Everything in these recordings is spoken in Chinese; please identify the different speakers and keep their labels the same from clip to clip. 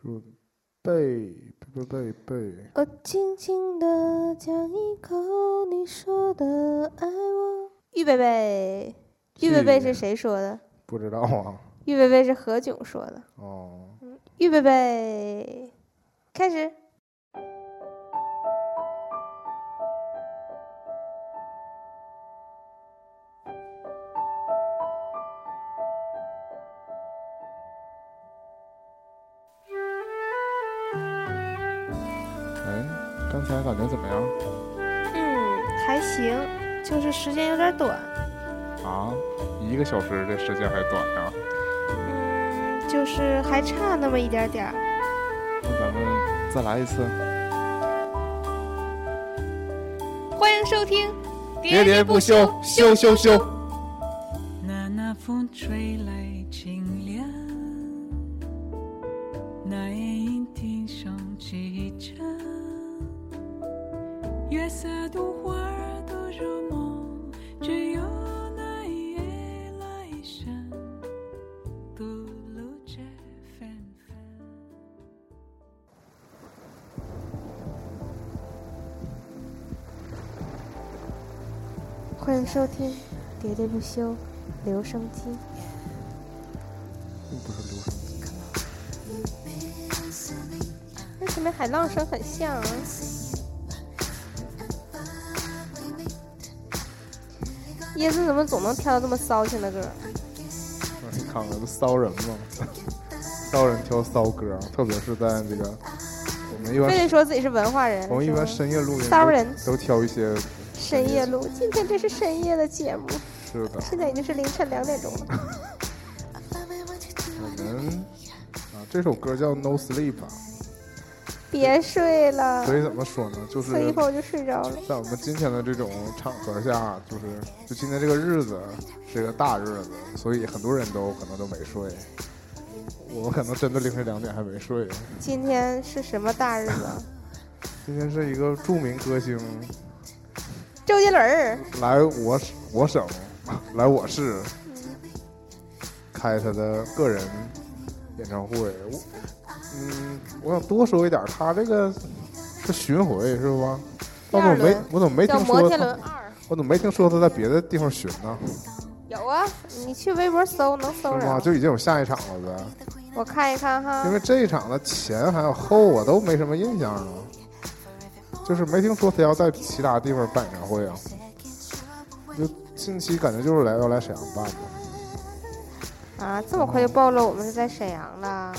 Speaker 1: 说背背背背背，
Speaker 2: 我轻轻的讲一口你说的爱我。预备备，预备备是谁说的？
Speaker 1: 不知道啊。
Speaker 2: 预备备是何炅说的。
Speaker 1: 哦，
Speaker 2: 预备备，开始。
Speaker 1: 哎，刚才感觉怎么样？
Speaker 2: 嗯，还行，就是时间有点短。
Speaker 1: 啊，一个小时这时间还短啊？
Speaker 2: 嗯，就是还差那么一点点儿。
Speaker 1: 那咱们再来一次。
Speaker 2: 欢迎收听，
Speaker 1: 喋喋不休，休休休！
Speaker 3: 那那风吹来清凉，那夜莺啼声齐唱，月色独花儿独入梦，只有那一夜来生，不露这芬芳。
Speaker 2: 欢迎收听，喋喋不休，留声机。
Speaker 1: 并不是留声机，
Speaker 2: 为什么海浪声很像啊？椰子怎么总能挑这么骚性的歌？
Speaker 1: 你看看不骚人吗？骚人挑骚歌，啊特别是在这个我们一
Speaker 2: 非
Speaker 1: 般
Speaker 2: 得说自己是文化人。
Speaker 1: 我们一般
Speaker 2: 是
Speaker 1: 深夜录音
Speaker 2: 骚人
Speaker 1: 都都挑一些
Speaker 2: 吗深夜录，今天这是深夜的节目，
Speaker 1: 是的。
Speaker 2: 现在已经是凌晨两点钟 了。
Speaker 1: 我们啊，这首歌叫《No Sleep》吧，
Speaker 2: 别睡了，
Speaker 1: 所以怎么说呢？就是
Speaker 2: 所以一会儿我就睡着了。
Speaker 1: 在我们今天的这种场合下，就是就今天这个日子是个大日子，所以很多人都可能都没睡。我可能真的凌晨两点还没睡。
Speaker 2: 今天是什么大日子啊？
Speaker 1: 今天是一个著名歌星
Speaker 2: 周杰伦儿，
Speaker 1: 来我我省，来我市开他的个人演唱会。我嗯，我想多说一点，他这个是巡回是吧？
Speaker 2: 第
Speaker 1: 我怎么没
Speaker 2: 二轮
Speaker 1: 我怎么没
Speaker 2: 叫
Speaker 1: 听
Speaker 2: 摩
Speaker 1: 说
Speaker 2: 天轮
Speaker 1: 他？
Speaker 2: 二。
Speaker 1: 我怎么没听说他在别的地方巡呢？
Speaker 2: 有啊，你去微博搜能搜
Speaker 1: 是吗？
Speaker 2: 着。
Speaker 1: 就已经有下一场了呗？
Speaker 2: 我看一看哈
Speaker 1: 因。为这一场的前还有后我都没什么印象了，就是没听说他要在其他地方办演唱会啊。就近期感觉就是来要来沈阳办的，
Speaker 2: 啊，这么快就暴露我们是在沈阳了。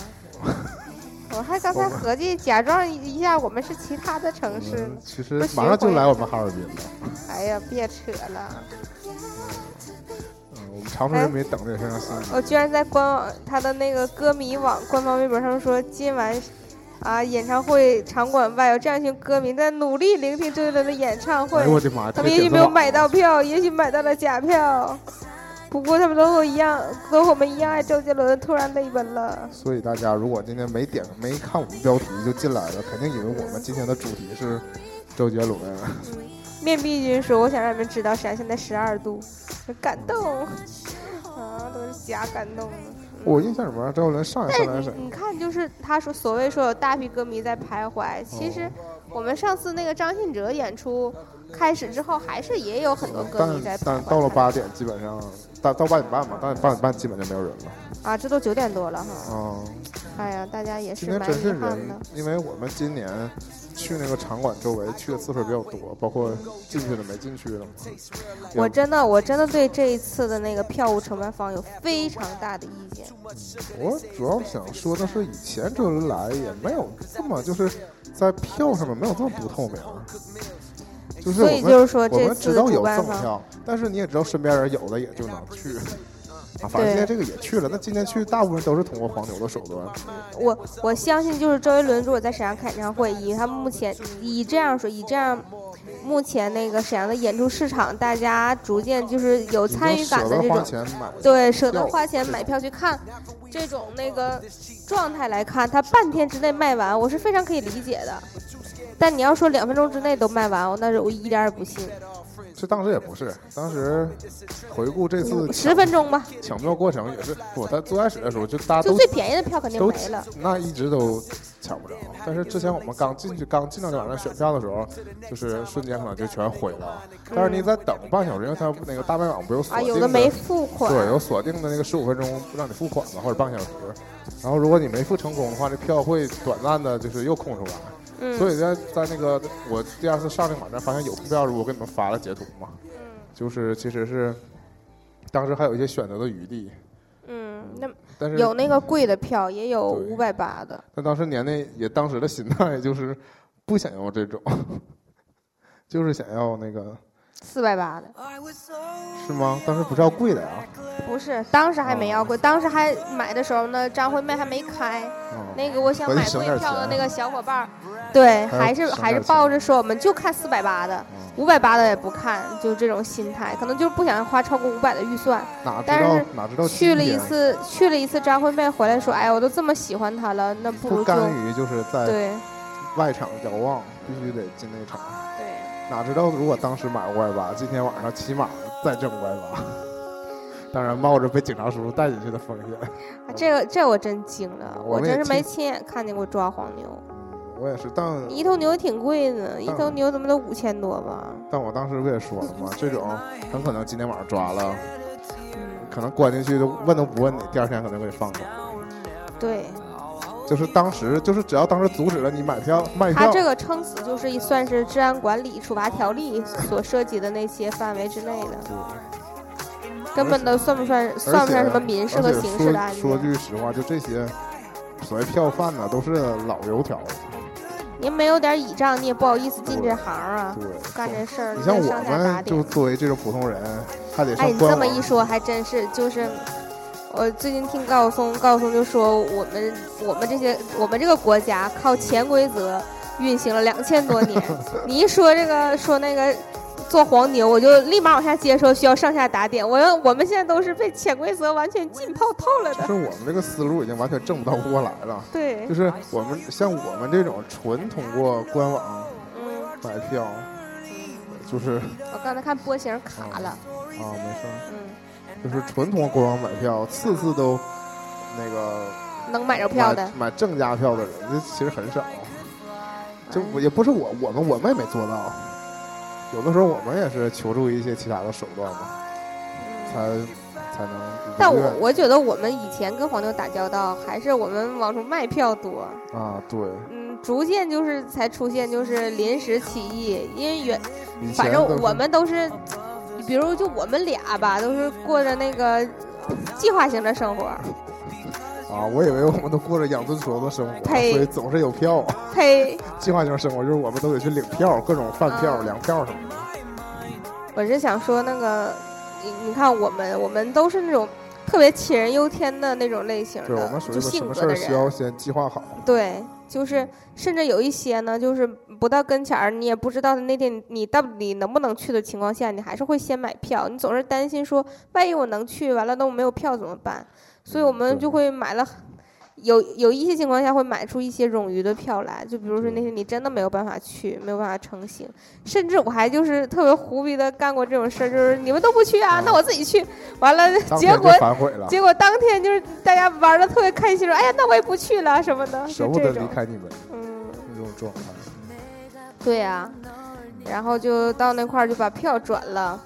Speaker 2: 我还刚才合计，假装一下我们是其他的城市呢
Speaker 1: 嗯。其实马上就来我们哈尔滨了。
Speaker 2: 哎呀，别扯了！
Speaker 1: 嗯，我们长春人
Speaker 2: 哎
Speaker 1: 民等这事儿信息。
Speaker 2: 我居然在官网他的那个歌迷网官方微博上说，今晚啊演唱会场馆外有这样一群歌迷在努力聆听周杰伦的演唱会
Speaker 1: 哎呦，我的妈呀！
Speaker 2: 他
Speaker 1: 这
Speaker 2: 们也许没有买到票，也许买到了假票。不过他们都和我一样，和我们一样爱周杰伦，突然泪奔了。
Speaker 1: 所以大家如果今天没点没看我们标题就进来了，肯定以为我们今天的主题是周杰伦。
Speaker 2: 嗯面壁君说：“我想让你们知道，沈阳现在十二度，感动啊，都是假感动的。
Speaker 1: 我印象里面周杰伦上一次来
Speaker 2: 但你
Speaker 1: 沈
Speaker 2: 你看，就是他说所谓说有大批歌迷在徘徊，其实我们上次那个张信哲演出开始之后，还是也有很多歌迷在
Speaker 1: 但
Speaker 2: 徘
Speaker 1: 但
Speaker 2: 徊。
Speaker 1: 到了八点，基本上到到八点半吧，到八点半基本就没有人了。
Speaker 2: 啊，这都九点多了哈。
Speaker 1: 啊、
Speaker 2: 哎呀，大家也
Speaker 1: 今天
Speaker 2: 是蛮
Speaker 1: 真
Speaker 2: 遗
Speaker 1: 是
Speaker 2: 憾
Speaker 1: 人
Speaker 2: 的。，
Speaker 1: 因为我们今年去那个场馆周围去的次数比较多，包括进去了没进去了嘛。
Speaker 2: 我真的，我真的对这一次的那个票务承办方有非常大的意见。
Speaker 1: 我主要想说的是，以前周杰伦来也没有这么就是在票上面没有这么不透明。就是我
Speaker 2: 所以
Speaker 1: 们
Speaker 2: 就是说
Speaker 1: 我
Speaker 2: 这
Speaker 1: 们
Speaker 2: 次
Speaker 1: 知道有
Speaker 2: 主办
Speaker 1: 赠
Speaker 2: 方
Speaker 1: 票，但是你也知道身边人有的也就能去。 啊，反正今天这个也去了，那今天去大部分都是通过黄牛的手段。
Speaker 2: 我我相信，就是周杰伦如果在沈阳开演唱会，以他目前以这样说，以这样目前那个沈阳的演出市场，大家逐渐就是有参与感的这
Speaker 1: 已经舍得花
Speaker 2: 种，
Speaker 1: 钱买，
Speaker 2: 对，舍得
Speaker 1: 票
Speaker 2: 花钱买票去看，这种那个状态来看，他半天之内卖完，我是非常可以理解的。但你要说两分钟之内都卖完，我那是我一点儿也不信。
Speaker 1: 这这当时也不是，当时回顾这次
Speaker 2: 十分钟吧，
Speaker 1: 抢票过程也是，不，他最开始的时候就大家
Speaker 2: 就
Speaker 1: 都
Speaker 2: 最便宜的票肯定
Speaker 1: 都
Speaker 2: 没了。
Speaker 1: 那一直都抢不着。但是之前我们刚进去，刚进到这网站选票的时候，就是瞬间可能就全毁了。但是你再等半小时，因为它那个大麦网不有锁
Speaker 2: 嗯啊，
Speaker 1: 定
Speaker 2: 有的没付款，
Speaker 1: 对，有锁定的那个十五分钟不让你付款嘛，或者半小时。然后如果你没付成功的话，这票会短暂的，就是又空出来。
Speaker 2: 嗯，
Speaker 1: 所以在在那个我第二次上那个网站，发现有票，我给你们发了截图嘛，
Speaker 2: 嗯
Speaker 1: 就是其实是当时还有一些选择的余地，
Speaker 2: 嗯，那
Speaker 1: 但是
Speaker 2: 有那个贵的票，也有
Speaker 1: 对
Speaker 2: 五百八的，
Speaker 1: 但当时年内也当时的心态就是不想要这种，就是想要那个
Speaker 2: 四百八的，
Speaker 1: 是吗？当时不是要贵的呀、
Speaker 2: 不是，当时还没
Speaker 1: 哦
Speaker 2: 要贵，当时还买的时候呢，张惠妹还没开，
Speaker 1: 啊，
Speaker 2: 那个我想
Speaker 1: 赶紧
Speaker 2: 买
Speaker 1: 省
Speaker 2: 贵
Speaker 1: 点
Speaker 2: 票的
Speaker 1: 钱
Speaker 2: 那个小伙伴儿，对，
Speaker 1: 还要
Speaker 2: 还是
Speaker 1: 省
Speaker 2: 还是
Speaker 1: 点
Speaker 2: 抱
Speaker 1: 钱哦
Speaker 2: 着说我们就看四百八的，五百八的也不看，就这种心态，可能就是不想花超过五百的预算。
Speaker 1: 哪知
Speaker 2: 但是
Speaker 1: 道哪知道
Speaker 2: 去了
Speaker 1: 今
Speaker 2: 一
Speaker 1: 年
Speaker 2: 次，去了一次张惠妹回来说，哎，我都这么喜欢她了，那不
Speaker 1: 不
Speaker 2: 如就
Speaker 1: 甘于就是在
Speaker 2: 对
Speaker 1: 外场遥望，必须得进内场。
Speaker 2: 对。
Speaker 1: 哪知道如果当时买五百八，今天晚上起码再挣五百八。当然，冒着被警察叔叔带进去的风险，
Speaker 2: 啊这个这我真惊了，
Speaker 1: 我
Speaker 2: 我
Speaker 1: 们也
Speaker 2: 真是没
Speaker 1: 听
Speaker 2: 亲眼看见过抓黄牛。
Speaker 1: 嗯我也是。但
Speaker 2: 一头牛挺贵的，一
Speaker 1: 嗯
Speaker 2: 头牛怎么都五千多吧？
Speaker 1: 但我当时不也说了吗？这种很可能今天晚上抓了，可能关进去都问都不问你，第二天可能会放走。
Speaker 2: 对
Speaker 1: 就是当时，就是只要当时阻止了你买票卖
Speaker 2: 他
Speaker 1: 票，
Speaker 2: 这个撑死就是一算是治安管理处罚条例所涉及的那些范围之内的，根本都算不算
Speaker 1: 而且
Speaker 2: 算不上什么民事和
Speaker 1: 而且
Speaker 2: 刑事的案
Speaker 1: 说说
Speaker 2: 件。
Speaker 1: 句实话，就这些所谓票贩呢，都是老油条。
Speaker 2: 啊您没有点倚仗，你也不好意思进这行啊，
Speaker 1: 对，
Speaker 2: 干这事儿，
Speaker 1: 你像
Speaker 2: 这上
Speaker 1: 我
Speaker 2: 下打
Speaker 1: 们就
Speaker 2: 点。
Speaker 1: 作为这种普通人，还得
Speaker 2: 哎，
Speaker 1: 上
Speaker 2: 你这
Speaker 1: 官
Speaker 2: 么
Speaker 1: 网。
Speaker 2: 一说，还真是，就是我最近听高松，高松就说我们我们这些我们这个国家
Speaker 1: 嗯
Speaker 2: 靠潜规则运行了两千 多年。你一说这个说那个做黄牛，我就立马往下接说需要上下打点。我要我们现在都是被潜规则完全浸泡透了
Speaker 1: 就
Speaker 2: 的。
Speaker 1: 是我们这个思路已经完全正不到过来了。
Speaker 2: 对
Speaker 1: 就，是我们像我们这种纯通过官网
Speaker 2: 嗯，
Speaker 1: 买票，就是
Speaker 2: 我刚才看波形卡了，
Speaker 1: 啊，没事儿。
Speaker 2: 嗯，
Speaker 1: 就是纯通过官网买票，次次都那个
Speaker 2: 能买着票的
Speaker 1: 买，买正价票的人，这其实很少。就
Speaker 2: 嗯
Speaker 1: 不也不是我我们我们也没做到，有的时候我们也是求助于一些其他的手段嘛，
Speaker 2: 嗯
Speaker 1: 才才能。
Speaker 2: 但我我觉得我们以前跟黄牛打交道，还是我们往出卖票多。
Speaker 1: 我啊，对，
Speaker 2: 嗯，逐渐就是才出现就是临时起意，因为原
Speaker 1: 以前
Speaker 2: 反正
Speaker 1: 都是
Speaker 2: 我们都是，比如就我们俩吧，都是过着那个计划型的生活，
Speaker 1: 啊，我以为我们都过着养尊处优的生活，所
Speaker 2: 呸
Speaker 1: 以总是有票，
Speaker 2: 呸！
Speaker 1: 计划型生活就是我们都得去领票，各种饭票、
Speaker 2: 嗯
Speaker 1: 粮票什么的。
Speaker 2: 我是想说那个，你你看我们我们都是那种特别杞人忧天的那种类型
Speaker 1: 对，我
Speaker 2: 的
Speaker 1: 们，属于
Speaker 2: 嗯就
Speaker 1: 什
Speaker 2: 性
Speaker 1: 么事
Speaker 2: 格的
Speaker 1: 儿需
Speaker 2: 人，
Speaker 1: 要先计划好。
Speaker 2: 对，就是甚至有一些呢，就是不到跟前儿，你也不知道那天你到底能不能去的情况下，你还是会先买票，你总是担心说，万一我能去，完了那我没有票怎么办？所
Speaker 1: 嗯
Speaker 2: 以我们就会买了很，有有一些情况下会买出一些冗余的票来，就比如说那些你真的没有办法去，没有办法成行，甚至我还就是特别胡逼的干过这种事儿，就是你们都不去啊，那我自己去，完了
Speaker 1: 当
Speaker 2: 结
Speaker 1: 天就
Speaker 2: 果
Speaker 1: 反悔了，
Speaker 2: 结果当天就是大家玩的特别开心，说：“哎呀，那我也不去了什么的。”
Speaker 1: 舍
Speaker 2: 就
Speaker 1: 不
Speaker 2: 这
Speaker 1: 得离
Speaker 2: 种，
Speaker 1: 开你们
Speaker 2: 嗯，
Speaker 1: 那种状态。
Speaker 2: 对呀、然后就到那块儿就把票转了，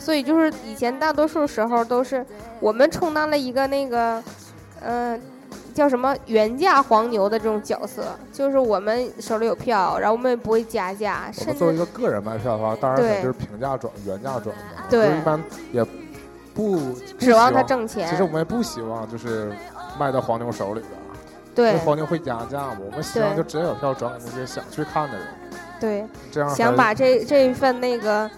Speaker 2: 所以就是以前大多数时候都是我们充当了一个那个，嗯、叫什么原价黄牛的这种角色，就是我们手里有票，然后我们也不会加价，
Speaker 1: 我
Speaker 2: 甚
Speaker 1: 们作为一
Speaker 2: 至
Speaker 1: 个个人卖票的话，当然
Speaker 2: 对
Speaker 1: 肯定是平价转、原价转嘛，
Speaker 2: 对
Speaker 1: 就是一般也不不
Speaker 2: 指望他
Speaker 1: 希
Speaker 2: 挣钱
Speaker 1: 其实。我们也不希望就是卖到黄牛手里边儿，因
Speaker 2: 对
Speaker 1: 为黄牛会压价嘛。我们希望
Speaker 2: 对
Speaker 1: 就直接有票转给那些想去看的人，
Speaker 2: 对，
Speaker 1: 这样
Speaker 2: 想
Speaker 1: 才
Speaker 2: 把这这一份那个，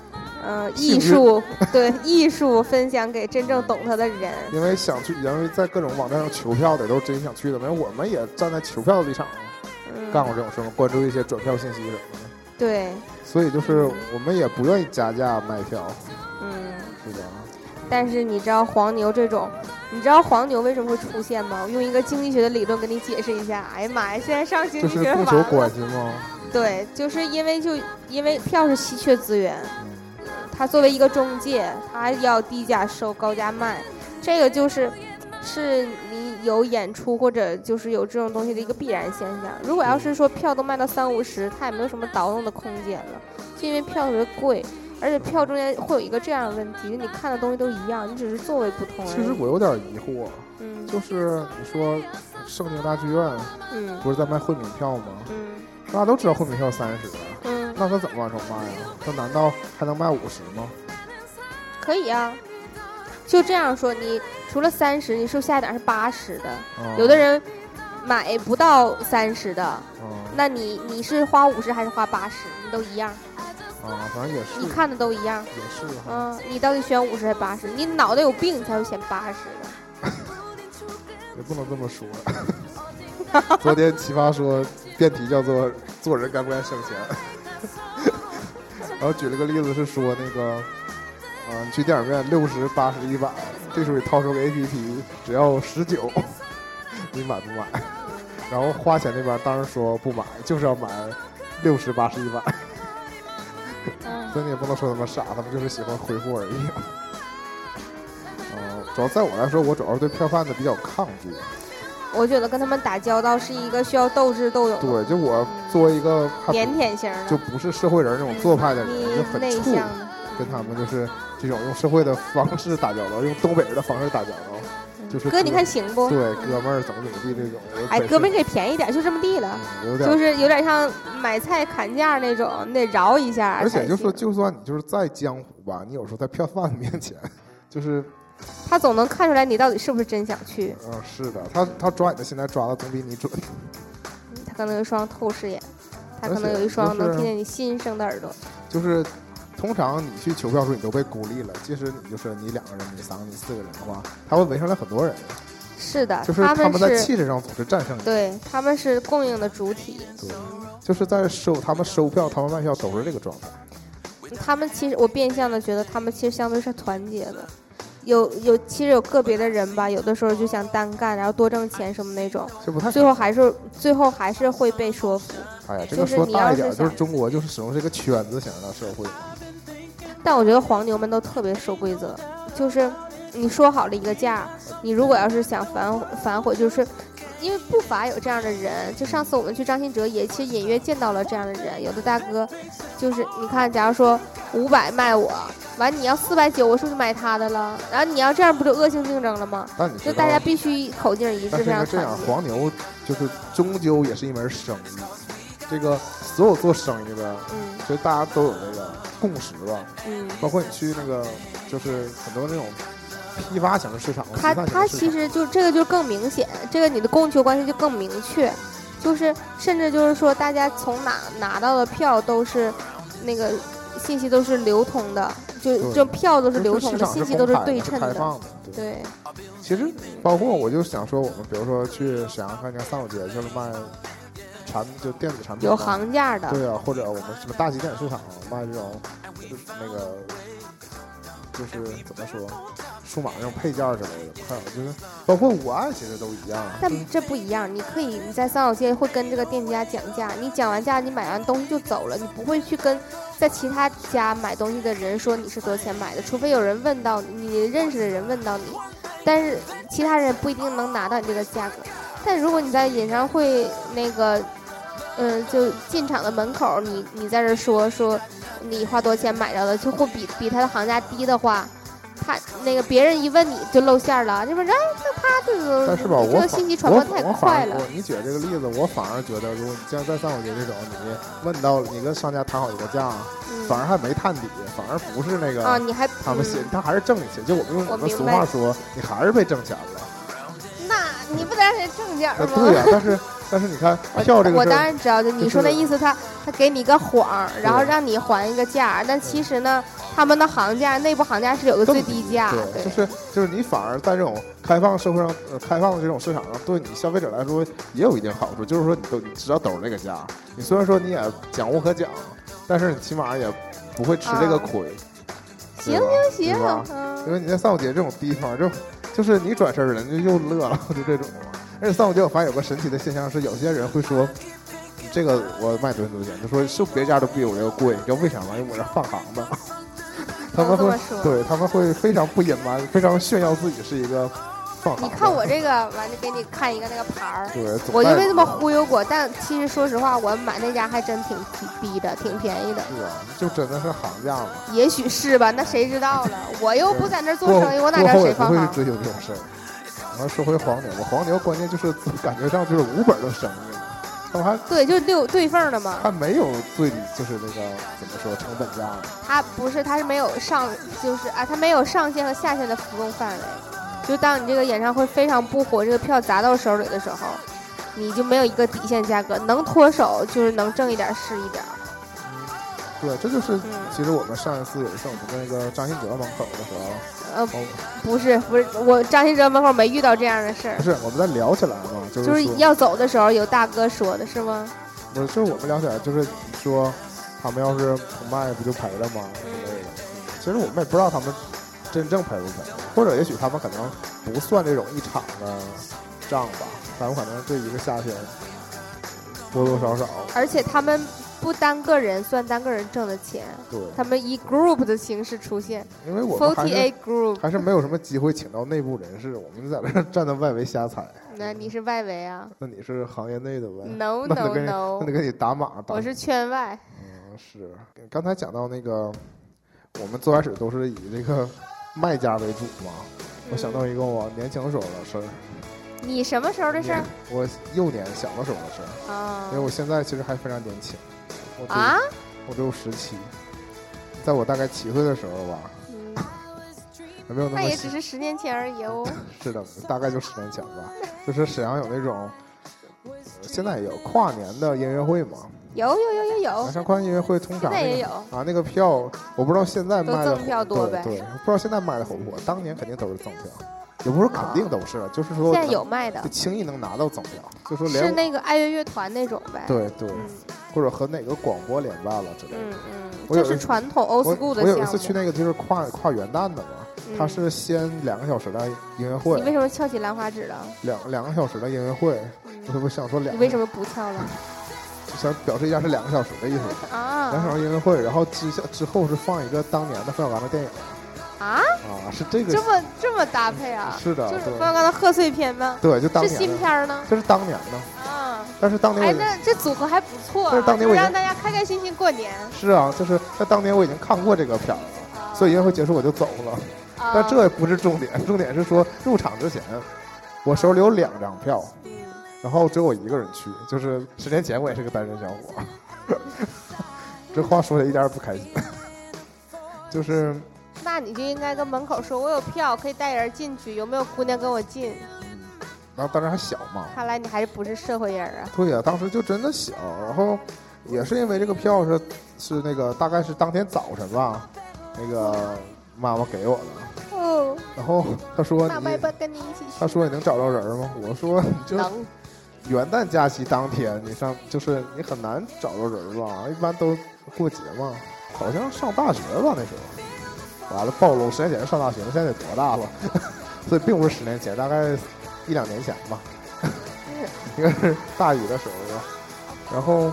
Speaker 2: 呃，艺
Speaker 1: 幸运
Speaker 2: 术对艺术分享给真正懂它的人。
Speaker 1: 因为想去，因为在各种网站上求票的也都是真心想去的，因为我们也站在求票的立场
Speaker 2: 嗯
Speaker 1: 干过这种事嘛，关注一些转票信息什么的，
Speaker 2: 对，
Speaker 1: 所以就是我们也不愿意加价卖票，
Speaker 2: 嗯，
Speaker 1: 是吧？
Speaker 2: 但是你知道黄牛这种，你知道黄牛为什么会出现吗？我用一个经济学的理论给你解释一下。哎呀妈呀，现在上经
Speaker 1: 这
Speaker 2: 济
Speaker 1: 是
Speaker 2: 学
Speaker 1: 不
Speaker 2: 完
Speaker 1: 求关
Speaker 2: 了。
Speaker 1: 系吗？
Speaker 2: 对，就是因为就因为票是稀缺资源，
Speaker 1: 嗯
Speaker 2: 他作为一个中介，他要低价收、高价卖，这个就是是你有演出或者就是有这种东西的一个必然现象。如果要是说票都卖到三五十，他也没有什么倒腾的空间了，就因为票特别贵。而且票中间会有一个这样的问题，就你看的东西都一样，你只是座位不同而已。
Speaker 1: 其实我有点疑惑，
Speaker 2: 嗯
Speaker 1: 就是你说圣经大剧院
Speaker 2: 嗯
Speaker 1: 不是在卖惠民票吗？
Speaker 2: 嗯
Speaker 1: 大家都知道惠民票三十，啊
Speaker 2: 嗯，
Speaker 1: 那他怎么往上卖啊？他难道还能卖五十吗？
Speaker 2: 可以啊。就这样说，你除了三十，你是不是下一档是八十的？
Speaker 1: 啊
Speaker 2: 有的人买不到三十的，
Speaker 1: 啊
Speaker 2: 那你你是花五十还是花八十，你都一样，
Speaker 1: 啊，反正也是
Speaker 2: 你看的都一样。
Speaker 1: 也是哈，
Speaker 2: 嗯，你到底选五十还是八十？你脑袋有病，你才会选八十的。
Speaker 1: 也不能这么说。昨天奇葩说辩题叫做“做人该不该省钱”，然后举了个例子是说那个，嗯、你去电影院六十、八十、一百，这时候你掏出个 APP，只要十九， 你买不买？然后花钱那边当然说不买，就是要买六十、八十、一百，
Speaker 2: 嗯
Speaker 1: 所以你也不能说他们傻，他们就是喜欢挥霍而已。 嗯，主要在我来说，我主要是对票贩子比较抗拒。
Speaker 2: 我觉得跟他们打交道是一个需要斗智斗勇
Speaker 1: 对，
Speaker 2: 的、
Speaker 1: 就我作为一个还不
Speaker 2: 腼腆型的，
Speaker 1: 就不是社会人那种做派的人，就
Speaker 2: 你
Speaker 1: 很
Speaker 2: 内
Speaker 1: 怵
Speaker 2: 向的。
Speaker 1: 跟他们就是这种用社会的方式打交道，用东北人的方式打交道，就是
Speaker 2: 哥，你看行不？
Speaker 1: 对哥们儿怎么怎么地这种。我
Speaker 2: 哎，
Speaker 1: 本
Speaker 2: 哥们儿
Speaker 1: 身
Speaker 2: 给便宜点，就这么地了，
Speaker 1: 嗯有点
Speaker 2: 就，是有点像买菜砍价那种，你得饶一下。
Speaker 1: 而且就说，
Speaker 2: 是
Speaker 1: 就算你就是在江湖吧，你有时候在票贩子面前，就是
Speaker 2: 他总能看出来你到底是不是真想去。
Speaker 1: 嗯是的，他他抓你的现在抓 的总比你准。
Speaker 2: 他可能有一双透视眼，他可
Speaker 1: 而
Speaker 2: 能
Speaker 1: 且
Speaker 2: 有一
Speaker 1: 就
Speaker 2: 双能
Speaker 1: 是
Speaker 2: 听见你心声的耳朵。
Speaker 1: 就是通常你去求票时候，你都被孤立了，即使你就是你两个人、你三个、你四个人的话，他会围上来很多人，
Speaker 2: 是的，
Speaker 1: 就是他们在
Speaker 2: 呃是
Speaker 1: 气势上总是战胜你。
Speaker 2: 对，他们是供应的主体。
Speaker 1: 对，就是在收他们收票、他们卖票都是这个状态。
Speaker 2: 他们其实我变相的觉得他们其实相对是团结的，有有其实有个别的人吧，有的时候就想单干，然后多挣钱什么那种，
Speaker 1: 这不太
Speaker 2: 最后还是最后还是会被说服。
Speaker 1: 哎呀，这
Speaker 2: 就
Speaker 1: 个
Speaker 2: 是
Speaker 1: 说
Speaker 2: 你
Speaker 1: 大
Speaker 2: 要
Speaker 1: 一点，
Speaker 2: 是
Speaker 1: 就是
Speaker 2: 想
Speaker 1: 中国就是始终是一个圈子型的社会。
Speaker 2: 但我觉得黄牛们都特别守规则，就是你说好了一个价，你如果要是想反反悔，就是因为不乏有这样的人。就上次我们去张信哲也其实隐约见到了这样的人，有的大哥就是你看，假如说五百卖我，完你要四百九，我是不是就买他的了？然后你要这样不就恶性竞争了吗？
Speaker 1: 但你
Speaker 2: 就
Speaker 1: 知道
Speaker 2: 大，家必须口径一致，
Speaker 1: 但
Speaker 2: 非
Speaker 1: 是因
Speaker 2: 常
Speaker 1: 为这
Speaker 2: 团
Speaker 1: 样，
Speaker 2: 结。
Speaker 1: 黄牛就是终究也是一门生意。这个所有做生意的，
Speaker 2: 嗯
Speaker 1: 其实大家都有这个共识吧。
Speaker 2: 嗯，
Speaker 1: 包括你去那个，就是很多那种批发型的市场，集
Speaker 2: 他
Speaker 1: 散型
Speaker 2: 他
Speaker 1: 的市
Speaker 2: 其
Speaker 1: 场
Speaker 2: 实就这个就更明显，这个你的供求关系就更明确，就是甚至就是说大家从哪拿到的票都是那个信息都是流通的，就
Speaker 1: 对
Speaker 2: 就票都
Speaker 1: 就是
Speaker 2: 流通
Speaker 1: 市
Speaker 2: 的，
Speaker 1: 场
Speaker 2: 信息
Speaker 1: 公
Speaker 2: 都是
Speaker 1: 开的
Speaker 2: 对
Speaker 1: 是
Speaker 2: 称
Speaker 1: 开
Speaker 2: 的。
Speaker 1: 放的。对，
Speaker 2: 对，
Speaker 1: 其实包括我就想说，我们比如说去沈阳看见三五节，就是卖产就电子产品
Speaker 2: 有
Speaker 1: 嘛
Speaker 2: 行价的，
Speaker 1: 对啊，或者我们什么大集点市场卖这种，就是那个，就是怎么说，数码那种配件儿之类的，还有就是包括我爱其实都一样。啊
Speaker 2: 但这不一样。你可以你在三好街会跟这个店家讲价，你讲完价，你买完东西就走了，你不会去跟在其他家买东西的人说你是多少钱买的，除非有人问到你，你认识的人问到你，但是其他人不一定能拿到你这个价格。但如果你在演唱会那个，嗯，就进场的门口，你你在这说说你花多少钱买着的，就会比比他的行价低的话。他那个别人一问你就露馅儿了，就说哎，那他这个
Speaker 1: 但是吧，
Speaker 2: 你嗯
Speaker 1: 我
Speaker 2: 这个
Speaker 1: 反
Speaker 2: 信息传播
Speaker 1: 我
Speaker 2: 太
Speaker 1: 我反
Speaker 2: 快
Speaker 1: 而
Speaker 2: 了
Speaker 1: 我。你举这个例子，我反而觉得，如果你像在三五节这种，你问到了，你跟商家谈好一个价，啊
Speaker 2: 嗯
Speaker 1: 反而还没探底，反而不是那个、
Speaker 2: 啊，你还
Speaker 1: 他们写
Speaker 2: 嗯，
Speaker 1: 他还是挣你钱。就我们用
Speaker 2: 我
Speaker 1: 我们
Speaker 2: 明
Speaker 1: 俗
Speaker 2: 白
Speaker 1: 话说，你还是被挣钱了。
Speaker 2: 那你不得让人挣点儿
Speaker 1: 那
Speaker 2: 吗？
Speaker 1: 对呀、但是但是你看票这个
Speaker 2: 我
Speaker 1: 事
Speaker 2: 当
Speaker 1: 儿，
Speaker 2: 然知道，就你
Speaker 1: 就
Speaker 2: 说那
Speaker 1: 是
Speaker 2: 意思他，他给你个谎儿，然后
Speaker 1: 对
Speaker 2: 让你还一个价儿，但其实呢，他们的行价内部行价是有个啊最低价，
Speaker 1: 对，就是就是你反而在这种开放社会上、呃、开放的这种市场上，对你消费者来说也有一定好处。就是说，你都你知道都是这个价，你虽然说你也讲无可讲，但是你起码也不会吃这个
Speaker 2: 啊
Speaker 1: 亏。对
Speaker 2: 行
Speaker 1: 吧
Speaker 2: 行
Speaker 1: 对吧
Speaker 2: 行，嗯
Speaker 1: 因为你在三五节这种地方，就就是你转身人家又乐了， 就这种嘛。而且三五节我发现有个神奇的现象是，有些人会说，你这个我卖多少多少钱，他说是不是别家都比我这个贵，你知道为啥吗？因为我这放行的， 他们
Speaker 2: 这
Speaker 1: 会
Speaker 2: 么说
Speaker 1: 对他们会非常不隐瞒，非常炫耀自己是一个放
Speaker 2: 你
Speaker 1: 行
Speaker 2: 看
Speaker 1: 的
Speaker 2: 我这个，完了给你看一个那个牌 儿。
Speaker 1: 对，总
Speaker 2: 我就
Speaker 1: 代
Speaker 2: 被
Speaker 1: 理
Speaker 2: 这么忽悠过，但其实说实话，我买那家还真挺挺逼的，挺便宜的。
Speaker 1: 是啊，就真的是行价嘛。
Speaker 2: 也许是吧，那谁知道了？我又不在那儿做
Speaker 1: 过
Speaker 2: 生意，我哪
Speaker 1: 过
Speaker 2: 知
Speaker 1: 后
Speaker 2: 道
Speaker 1: 也
Speaker 2: 谁
Speaker 1: 不
Speaker 2: 放
Speaker 1: 会去
Speaker 2: 行？
Speaker 1: 追求这种事儿。然后说回黄牛吧，黄牛关键就是感觉上就是无本的生意，他们还
Speaker 2: 对，就是六对缝儿的嘛。
Speaker 1: 还没有对你就是那个怎么说成本价呢，
Speaker 2: 它不是，它是没有上，就是啊，它没有上限和下限的浮动范围。就当你这个演唱会非常不火，这个票砸到手里的时候，你就没有一个底线价格，能脱手就是能挣一点儿是一点儿。
Speaker 1: 对，这就是
Speaker 2: 嗯，
Speaker 1: 其实我们上一次有一次我们在那个张信哲门口的时候，
Speaker 2: 呃，
Speaker 1: 哦
Speaker 2: 不是，不是，我张信哲门口没遇到这样的事儿
Speaker 1: 不。是我们在聊起来嘛，就是
Speaker 2: 就是
Speaker 1: 说
Speaker 2: 要走的时候，有大哥说的是吗？
Speaker 1: 不是就是我们聊起来就是说他们要是不卖不就赔了吗之类的。其实我们也不知道他们真正赔不赔，或者也许他们可能不算这种一场的账吧，咱们可能这一个夏天多多少少
Speaker 2: 而且他们不单个人算单个人挣的钱，
Speaker 1: 对，
Speaker 2: 他们以 group 的形式出现
Speaker 1: 因为我们还
Speaker 2: ，forty
Speaker 1: 是
Speaker 2: eight group。
Speaker 1: 还是没有什么机会请到内部人士，我们在这儿站在外围瞎猜。
Speaker 2: 那你是外围啊
Speaker 1: 那你是行业内的呗？
Speaker 2: ？No
Speaker 1: 哦那得
Speaker 2: No
Speaker 1: 跟你
Speaker 2: No，
Speaker 1: 那得给你打码打。
Speaker 2: 嗯我是圈外。
Speaker 1: 嗯是，刚才讲到那个，我们最开始都是以这个卖家为主嘛。
Speaker 2: 嗯
Speaker 1: 我想到一个我年轻时候的事儿，
Speaker 2: 你什么时候的事儿
Speaker 1: 年我幼年小的时候的事儿，
Speaker 2: 啊
Speaker 1: 因哎为？我现在其实还非常年轻，我只有
Speaker 2: 啊？
Speaker 1: 我只有十七，在我大概七岁的时候吧，
Speaker 2: 嗯
Speaker 1: 还没有那么
Speaker 2: 那也
Speaker 1: 小
Speaker 2: 只是十年前而已哦。
Speaker 1: 是的，大概就十年前吧，就是沈阳有那种，呃现在也有跨年的音乐会嘛。
Speaker 2: 有有有有
Speaker 1: 南
Speaker 2: 有，
Speaker 1: 山跨年音乐会通常
Speaker 2: 哦现在
Speaker 1: 那
Speaker 2: 也
Speaker 1: 个
Speaker 2: 有。
Speaker 1: 啊，那个票我不知道现在卖的
Speaker 2: 都赠票多呗
Speaker 1: 对对，不知道现在卖的火不火，当年肯定都是赠票，也不是肯定都是，就是说
Speaker 2: 哦现在有卖的
Speaker 1: 就，轻易能拿到赠票，就说
Speaker 2: 是
Speaker 1: 连
Speaker 2: 那个爱乐乐团那种呗。
Speaker 1: 对对，
Speaker 2: 嗯
Speaker 1: 或者和哪个广播连办了之类的。
Speaker 2: 嗯嗯，
Speaker 1: 我有
Speaker 2: 这
Speaker 1: 一
Speaker 2: 是传统 old
Speaker 1: 我
Speaker 2: school
Speaker 1: 我
Speaker 2: 的
Speaker 1: 有一
Speaker 2: 项
Speaker 1: 次去
Speaker 2: 目。
Speaker 1: 那个就是跨跨元旦的嘛，
Speaker 2: 嗯
Speaker 1: 它是先两个小时的音乐
Speaker 2: 你为
Speaker 1: 会，
Speaker 2: 什么翘起兰花指了？
Speaker 1: 两两个小时的音乐会，我
Speaker 2: 嗯
Speaker 1: 这不想说两
Speaker 2: 你
Speaker 1: 个
Speaker 2: 为什么不翘 了？
Speaker 1: 就想表示一下是两个小时的意思，两个小
Speaker 2: 啊
Speaker 1: 时音乐会，然后之下之后是放一个当年的冯小刚的电影
Speaker 2: 啊，
Speaker 1: 啊，是这个
Speaker 2: 这么这么搭配啊？
Speaker 1: 是的，
Speaker 2: 就是
Speaker 1: 对
Speaker 2: 冯小刚的贺岁片吗？
Speaker 1: 对，就当
Speaker 2: 是
Speaker 1: 年
Speaker 2: 新
Speaker 1: 的
Speaker 2: 片儿呢？
Speaker 1: 这是当年的，
Speaker 2: 啊，
Speaker 1: 但是当年我
Speaker 2: 哎，
Speaker 1: 已经、
Speaker 2: 那这组合还不错
Speaker 1: 但
Speaker 2: 啊，
Speaker 1: 是当年
Speaker 2: 就
Speaker 1: 我已
Speaker 2: 让
Speaker 1: 经
Speaker 2: 大家开开心心过年。
Speaker 1: 是啊，就是在当年我已经看过这个片儿了，
Speaker 2: 啊
Speaker 1: 所以音乐会结束我就走了。
Speaker 2: 啊
Speaker 1: 但这也不是重点，重点是说入场之前，我手里有两张票，然后只有我一个人去，就是十年前我也是个单身小伙， 这话说的一点儿也不开心， 就是
Speaker 2: 那你就应该跟门口说，我有票，可以带人进去，有没有姑娘跟我进？
Speaker 1: 然后当时还小嘛，
Speaker 2: 看来你还是不是社会人啊？
Speaker 1: 对呀、当时就真的小，然后也是因为这个票是是那个大概是当天早晨吧，那个妈妈给我的，
Speaker 2: 哦，
Speaker 1: 然后她说
Speaker 2: 那我也
Speaker 1: 哦你
Speaker 2: 不，跟你一起
Speaker 1: 她
Speaker 2: 去。
Speaker 1: 说你能找着人吗？我说你就
Speaker 2: 能，
Speaker 1: 元旦假期当天，你上就是你很难找着人吧，一般都过节嘛，好像上大学吧那时候，完了暴露十年前上大学了，现在得多大了， 所以并不是十年前，大概一两年前吧，应该是大一的时候吧，然后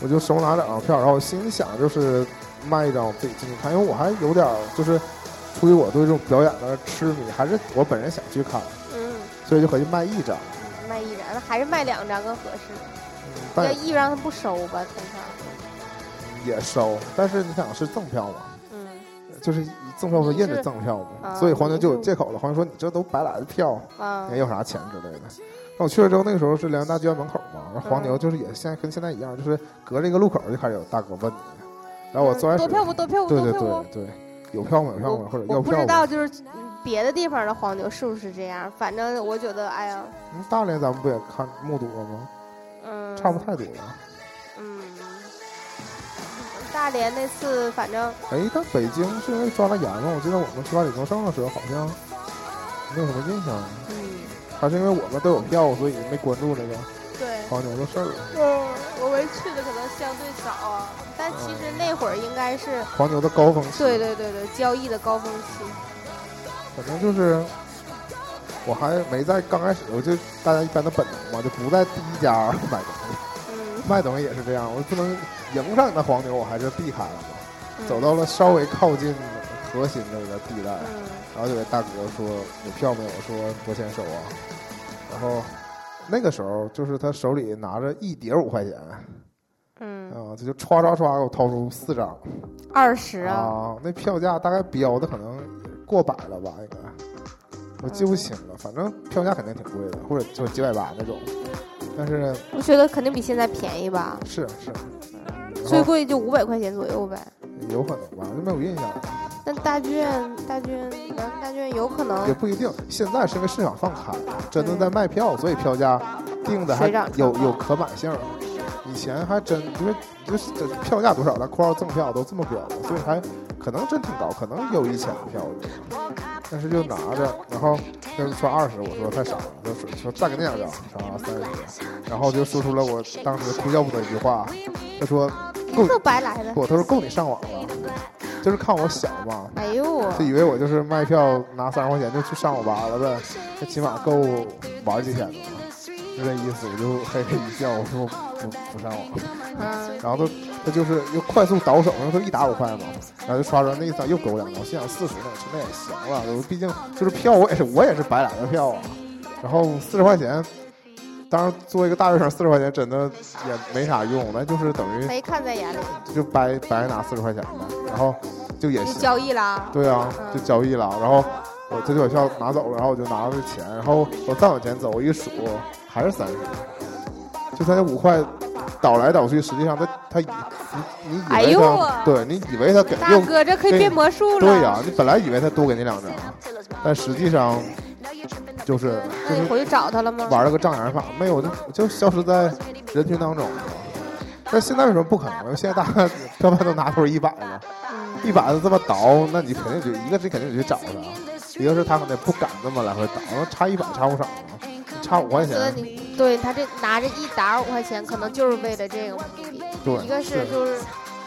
Speaker 1: 我就手拿两张票，然后我心里想就是卖一张我自己进去看，因为我还有点儿就是出于我对这种表演的痴迷，还是我本人想去看，
Speaker 2: 嗯，
Speaker 1: 所以就合计卖一张。
Speaker 2: 卖一张，那还是卖两张更合适。
Speaker 1: 嗯但
Speaker 2: 要
Speaker 1: 也
Speaker 2: 一张他不收吧，通常。
Speaker 1: 也收，但是你想是赠票嘛，
Speaker 2: 嗯，
Speaker 1: 就是赠票是印着赠票嘛，
Speaker 2: 啊
Speaker 1: 所以黄牛就有借口了。黄牛说你这都白来的票，
Speaker 2: 啊
Speaker 1: 你还，要啥钱之类的。那我去了之后，那个时候是辽宁大剧院门口嘛，
Speaker 2: 啊
Speaker 1: 然后黄牛就是也现在跟现在一样，就是隔着一个路口就开始有大哥问你，然后我坐开
Speaker 2: 多
Speaker 1: 始，
Speaker 2: 嗯票不多票不
Speaker 1: 对
Speaker 2: 多
Speaker 1: 对
Speaker 2: 票不
Speaker 1: 对？对，有票吗？有票吗？或者
Speaker 2: 我
Speaker 1: 要
Speaker 2: 不知
Speaker 1: 票
Speaker 2: 道，
Speaker 1: 吗？
Speaker 2: 就是嗯别的地方的黄牛是不是这样？反正我觉得，哎呀，
Speaker 1: 嗯大连咱们不也看目睹了吗？
Speaker 2: 嗯，
Speaker 1: 差不。太多了。
Speaker 2: 嗯，大连那次，反正
Speaker 1: 哎，但北京是因为抓了严嘛，我记得我们去万里高盛的时候好像没有什么印象，
Speaker 2: 嗯，
Speaker 1: 还是因为我们都有票，所以没关注这个。
Speaker 2: 对，
Speaker 1: 黄牛的事儿，
Speaker 2: 嗯，我们去的可能相对早啊，但其实
Speaker 1: 嗯
Speaker 2: 那会儿应该是，
Speaker 1: 黄牛的高峰期。
Speaker 2: 对，对对对，交易的高峰期。
Speaker 1: 反正就是我还没在刚开始，我就大家一般的本能嘛，就不在第一家买东西，
Speaker 2: 嗯
Speaker 1: 卖东西也是这样，我不能迎上你的黄牛，我还是避开了嘛。走到了稍微靠近核心的个地带，
Speaker 2: 嗯
Speaker 1: 然后就给大哥说有票没有？说多少钱收啊？然后那个时候就是他手里拿着一叠五块钱啊，
Speaker 2: 嗯，
Speaker 1: 他就歘歘歘给我掏出四张
Speaker 2: 二十啊，
Speaker 1: 啊，那票价大概标的可能过百了吧，应该我记
Speaker 2: 嗯
Speaker 1: 不清了，反正票价肯定挺贵的，或者就几百八那种。但是呢
Speaker 2: 我觉得肯定比现在便宜吧，
Speaker 1: 是啊是，然
Speaker 2: 最
Speaker 1: 后
Speaker 2: 贵就五百块钱左右呗。
Speaker 1: 有可能吧，就没有印象了。
Speaker 2: 但大剧院，大剧院，南大剧院有可
Speaker 1: 也
Speaker 2: 能
Speaker 1: 不一定。现在是因为市场放开，真的
Speaker 2: 嗯
Speaker 1: 在卖票，所以票价定的还
Speaker 2: 水涨船
Speaker 1: 有
Speaker 2: 高
Speaker 1: 有可买性。以前还真因为就是这票价多少了，括号赠票都这么标的，所以还可能真挺高，可能有一千票但是就拿着，然后他就说二十，我说太少了，他说说再给那两张，啥三十，然后就说出了我当时哭笑不得一句话，他说够
Speaker 2: 又白来了。
Speaker 1: 不，他说够你上网了，就是看我小嘛，
Speaker 2: 哎呦，
Speaker 1: 就 以为我就是卖票拿三十块钱就去上网吧了呗，这起码够玩几天了嘛，就这意思。我就嘿嘿一笑，我说我不不上网了。
Speaker 2: 嗯，
Speaker 1: 然后他他就是又快速倒手，因为他一打五块嘛，然后就刷出来那一张又给我两张，我心想四十呢，那也行了，我毕竟就是票我也是我也是白来的票啊，然后四十块钱。当然，作为一个大学生，四十块钱真的也没啥用，那就是等于
Speaker 2: 没看在眼里，
Speaker 1: 就白白拿四十块钱呗，然后就也
Speaker 2: 就
Speaker 1: 行。
Speaker 2: 交易啦。
Speaker 1: 对啊，
Speaker 2: 嗯
Speaker 1: 就交易了。然后我他就把票拿走了，然后我就拿了这钱，然后我再往前走，我一数还是三十，就他那五块倒来倒去，实际上他他以你你
Speaker 2: 哎
Speaker 1: 以
Speaker 2: 呦
Speaker 1: 为他、
Speaker 2: 我
Speaker 1: 对你以为他给
Speaker 2: 大
Speaker 1: 又
Speaker 2: 哥，这可以
Speaker 1: 对
Speaker 2: 变魔术了。
Speaker 1: 对呀、你本来以为他多给你两张，但实际上就是
Speaker 2: 那
Speaker 1: 就
Speaker 2: 你
Speaker 1: 是
Speaker 2: 回去找他了吗？
Speaker 1: 玩了个障眼法，没有就就消失在人群当中了。但现在为什么不可能？现在大家 票贩都拿出一百了。
Speaker 2: 嗯
Speaker 1: 一把子这么倒，那你肯定就一个是肯定得去找他，一个是他可能不敢这么来回倒，差一百差不少啊，差五块
Speaker 2: 觉得
Speaker 1: 钱，
Speaker 2: 你对他这拿着一沓五块钱，可能就是为了这个目的。
Speaker 1: 对，
Speaker 2: 一个是就是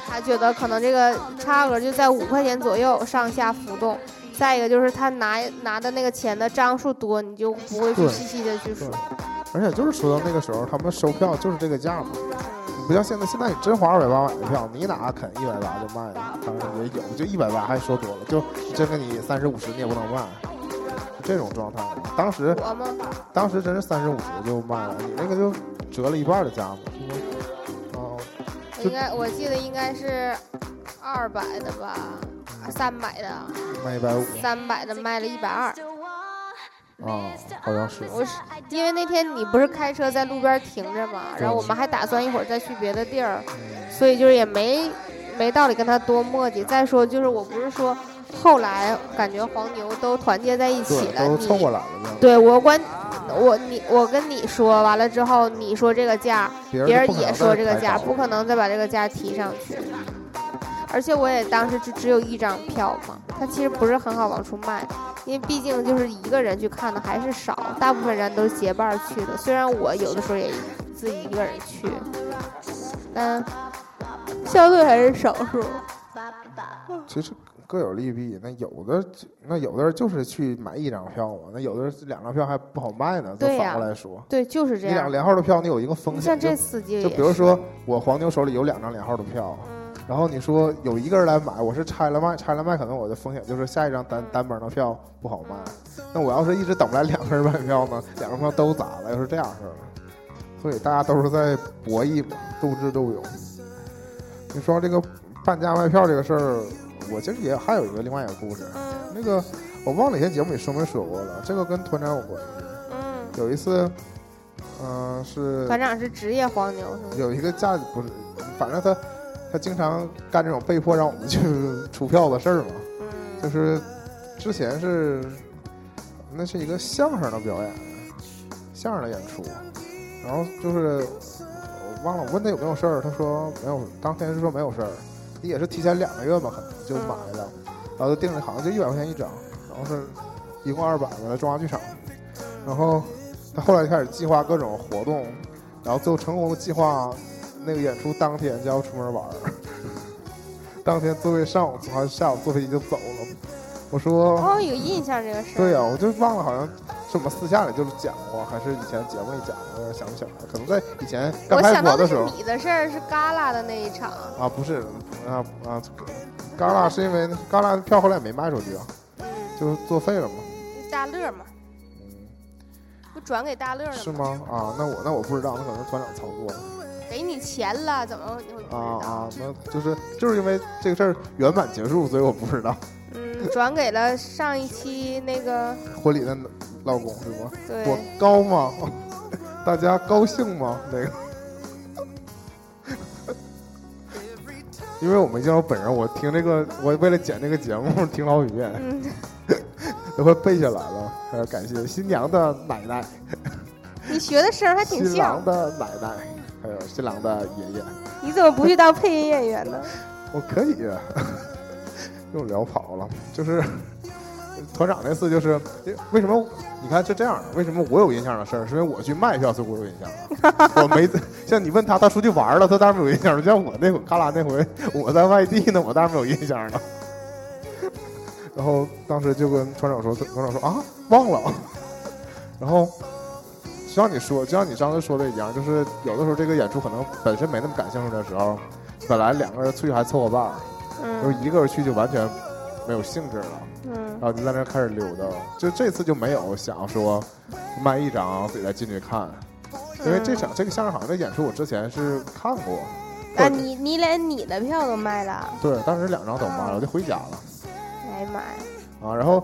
Speaker 2: 他觉得可能这个差额就在五块钱左右上下浮动，再一个就是他拿拿的那个钱的张数多，你就不会去
Speaker 1: 对
Speaker 2: 细细的去数
Speaker 1: 对。而且就是说到那个时候，他们收票就是这个价嘛，你不像现在，现在你真花二百八买的票，你哪肯一百八就卖啊？当然也有，就一百八还说多了，就真给你三十五十你也不能卖，就这种状态嘛。当时
Speaker 2: 我吗？
Speaker 1: 当时真是三十五十就卖了，你那个就折了一半的价嘛，是吗哦，
Speaker 2: 我应该我记得应该是二百的吧，三百的，
Speaker 1: 卖一百五
Speaker 2: 三百的卖了一百二。
Speaker 1: 啊，好像是。
Speaker 2: 我是因为那天你不是开车在路边停着嘛，然后我们还打算一会儿再去别的地儿，
Speaker 1: 嗯
Speaker 2: 所以就是也没没道理跟他多磨叽。再说就是我不是说后来感觉黄牛都团结在一起
Speaker 1: 对，
Speaker 2: 了，
Speaker 1: 都
Speaker 2: 你
Speaker 1: 凑过来了呢，
Speaker 2: 对我关我你我跟你说完了之后，你说这个价，
Speaker 1: 别
Speaker 2: 别
Speaker 1: 不
Speaker 2: 人
Speaker 1: 可
Speaker 2: 也
Speaker 1: 能
Speaker 2: 说
Speaker 1: 再
Speaker 2: 这个
Speaker 1: 抬
Speaker 2: 价，
Speaker 1: 高
Speaker 2: 不可能再把这个价提上去。而且我也当时就只有一张票嘛，它其实不是很好往出卖，因为毕竟就是一个人去看的还是少，大部分人都是结伴儿去的。虽然我有的时候也自己一个人去，但相对还是少数。
Speaker 1: 其实各有利弊，那有的那有的人就是去买一张票嘛，那有的人两张票还不好卖呢。再
Speaker 2: 对呀
Speaker 1: 反过来说，
Speaker 2: 对，就是
Speaker 1: 你
Speaker 2: 这
Speaker 1: 两
Speaker 2: 样。
Speaker 1: 连号的票，你有一个风
Speaker 2: 你
Speaker 1: 险，
Speaker 2: 像
Speaker 1: 就
Speaker 2: 这司机
Speaker 1: 就
Speaker 2: 也
Speaker 1: 比如说我黄牛手里有两张连号的票，
Speaker 2: 嗯
Speaker 1: 然后你说有一个人来买，我是拆了卖，拆了卖，可能我的风险就是下一张单单门的票不好卖。那我要是一直等不来两个人买票呢，两张票都砸了，又是这样式儿的。所以大家都是在博弈嘛，斗智斗勇。你说这个半价卖票这个事儿，我其实也还有一个另外一个故事，
Speaker 2: 嗯
Speaker 1: 那个我忘了以前节目里说没说过了，这个跟团长有关系。
Speaker 2: 嗯，
Speaker 1: 有一次，嗯、是
Speaker 2: 团长是职业黄牛是吗？
Speaker 1: 有一个架子不是，反正他他经常干这种被迫让我们去出票的事儿嘛。就
Speaker 2: 嗯
Speaker 1: 是之前是那是一个相声的表演，相声的演出，然后就是我忘了我问他有没有事儿，他说没有，当天是说没有事儿，也是提前两个月吧，可能就买了，然后就定了，好像就一百块钱一张，然后是一共二百吧，在中华剧场，然后他后来就开始计划各种活动，然后最后成功的计划那个演出当天就要出门玩儿。当天坐飞上午坐，还是下午坐飞机就走了。我说，
Speaker 2: 哦，有印象这个事儿。
Speaker 1: 对呀、我就忘了，好像是我们私下里就是讲过，还是以前节目里讲过，有点想不起来了。可能在以前刚
Speaker 2: 我
Speaker 1: 开
Speaker 2: 想
Speaker 1: 播
Speaker 2: 到
Speaker 1: 的
Speaker 2: 的
Speaker 1: 时
Speaker 2: 是
Speaker 1: 候
Speaker 2: 你的事儿，是旮旯的那一场。
Speaker 1: 啊，不是啊啊，戛纳是因为戛纳的票后来也没卖出去啊，
Speaker 2: 嗯
Speaker 1: 就作废了嘛。
Speaker 2: 大乐嘛，不转给大乐了
Speaker 1: 是吗？啊，那我那我不知道，那可能是团长操作的
Speaker 2: 给你钱了，怎么你会不知道？
Speaker 1: 啊啊，那就是就是因为这个事儿圆满结束，所以我不知道
Speaker 2: 嗯，转给了上一期那个
Speaker 1: 婚礼的老公是吗？我
Speaker 2: 对，
Speaker 1: 高吗？ 大家高兴吗？那个，因为我没见过本人，我听这个，我为了剪这个节目听了好几遍，
Speaker 2: 嗯，
Speaker 1: 都快背下来了。还要感谢新娘的奶奶，
Speaker 2: 你学的声儿还挺
Speaker 1: 新
Speaker 2: 像
Speaker 1: 郎，的奶奶，还有新郎的爷爷。
Speaker 2: 你怎么不去当配音演员呢？
Speaker 1: 我可以，啊 又聊跑了。就是团长那次，就是为什么你看是这样的？为什么我有印象的事儿，是因为我去卖票，所以我有印象啊。我没像你问他，他出去玩了，他当然没有印象了。像我那会旮旯那回， 我在外地呢，我当然没有印象了。 然后当时就跟团长说，团长说啊，忘了。 然后就像你说，就像你上次说的一样，就是有的时候这个演出可能本身没那么感兴趣的时候，本来两个人出去还凑合伴儿，就
Speaker 2: 嗯
Speaker 1: 是一个人去就完全没有兴致了，
Speaker 2: 嗯
Speaker 1: 然，后就在那儿开始溜达。就这次就没有想说卖一张自己再进去看，因为
Speaker 2: 嗯
Speaker 1: 这场这个相声好像这演出我之前是看过，
Speaker 2: 啊，你你连你的票都卖了，啊
Speaker 1: 对，当时两张都卖了，我就回家了
Speaker 2: 哎呀妈呀，
Speaker 1: 啊。然后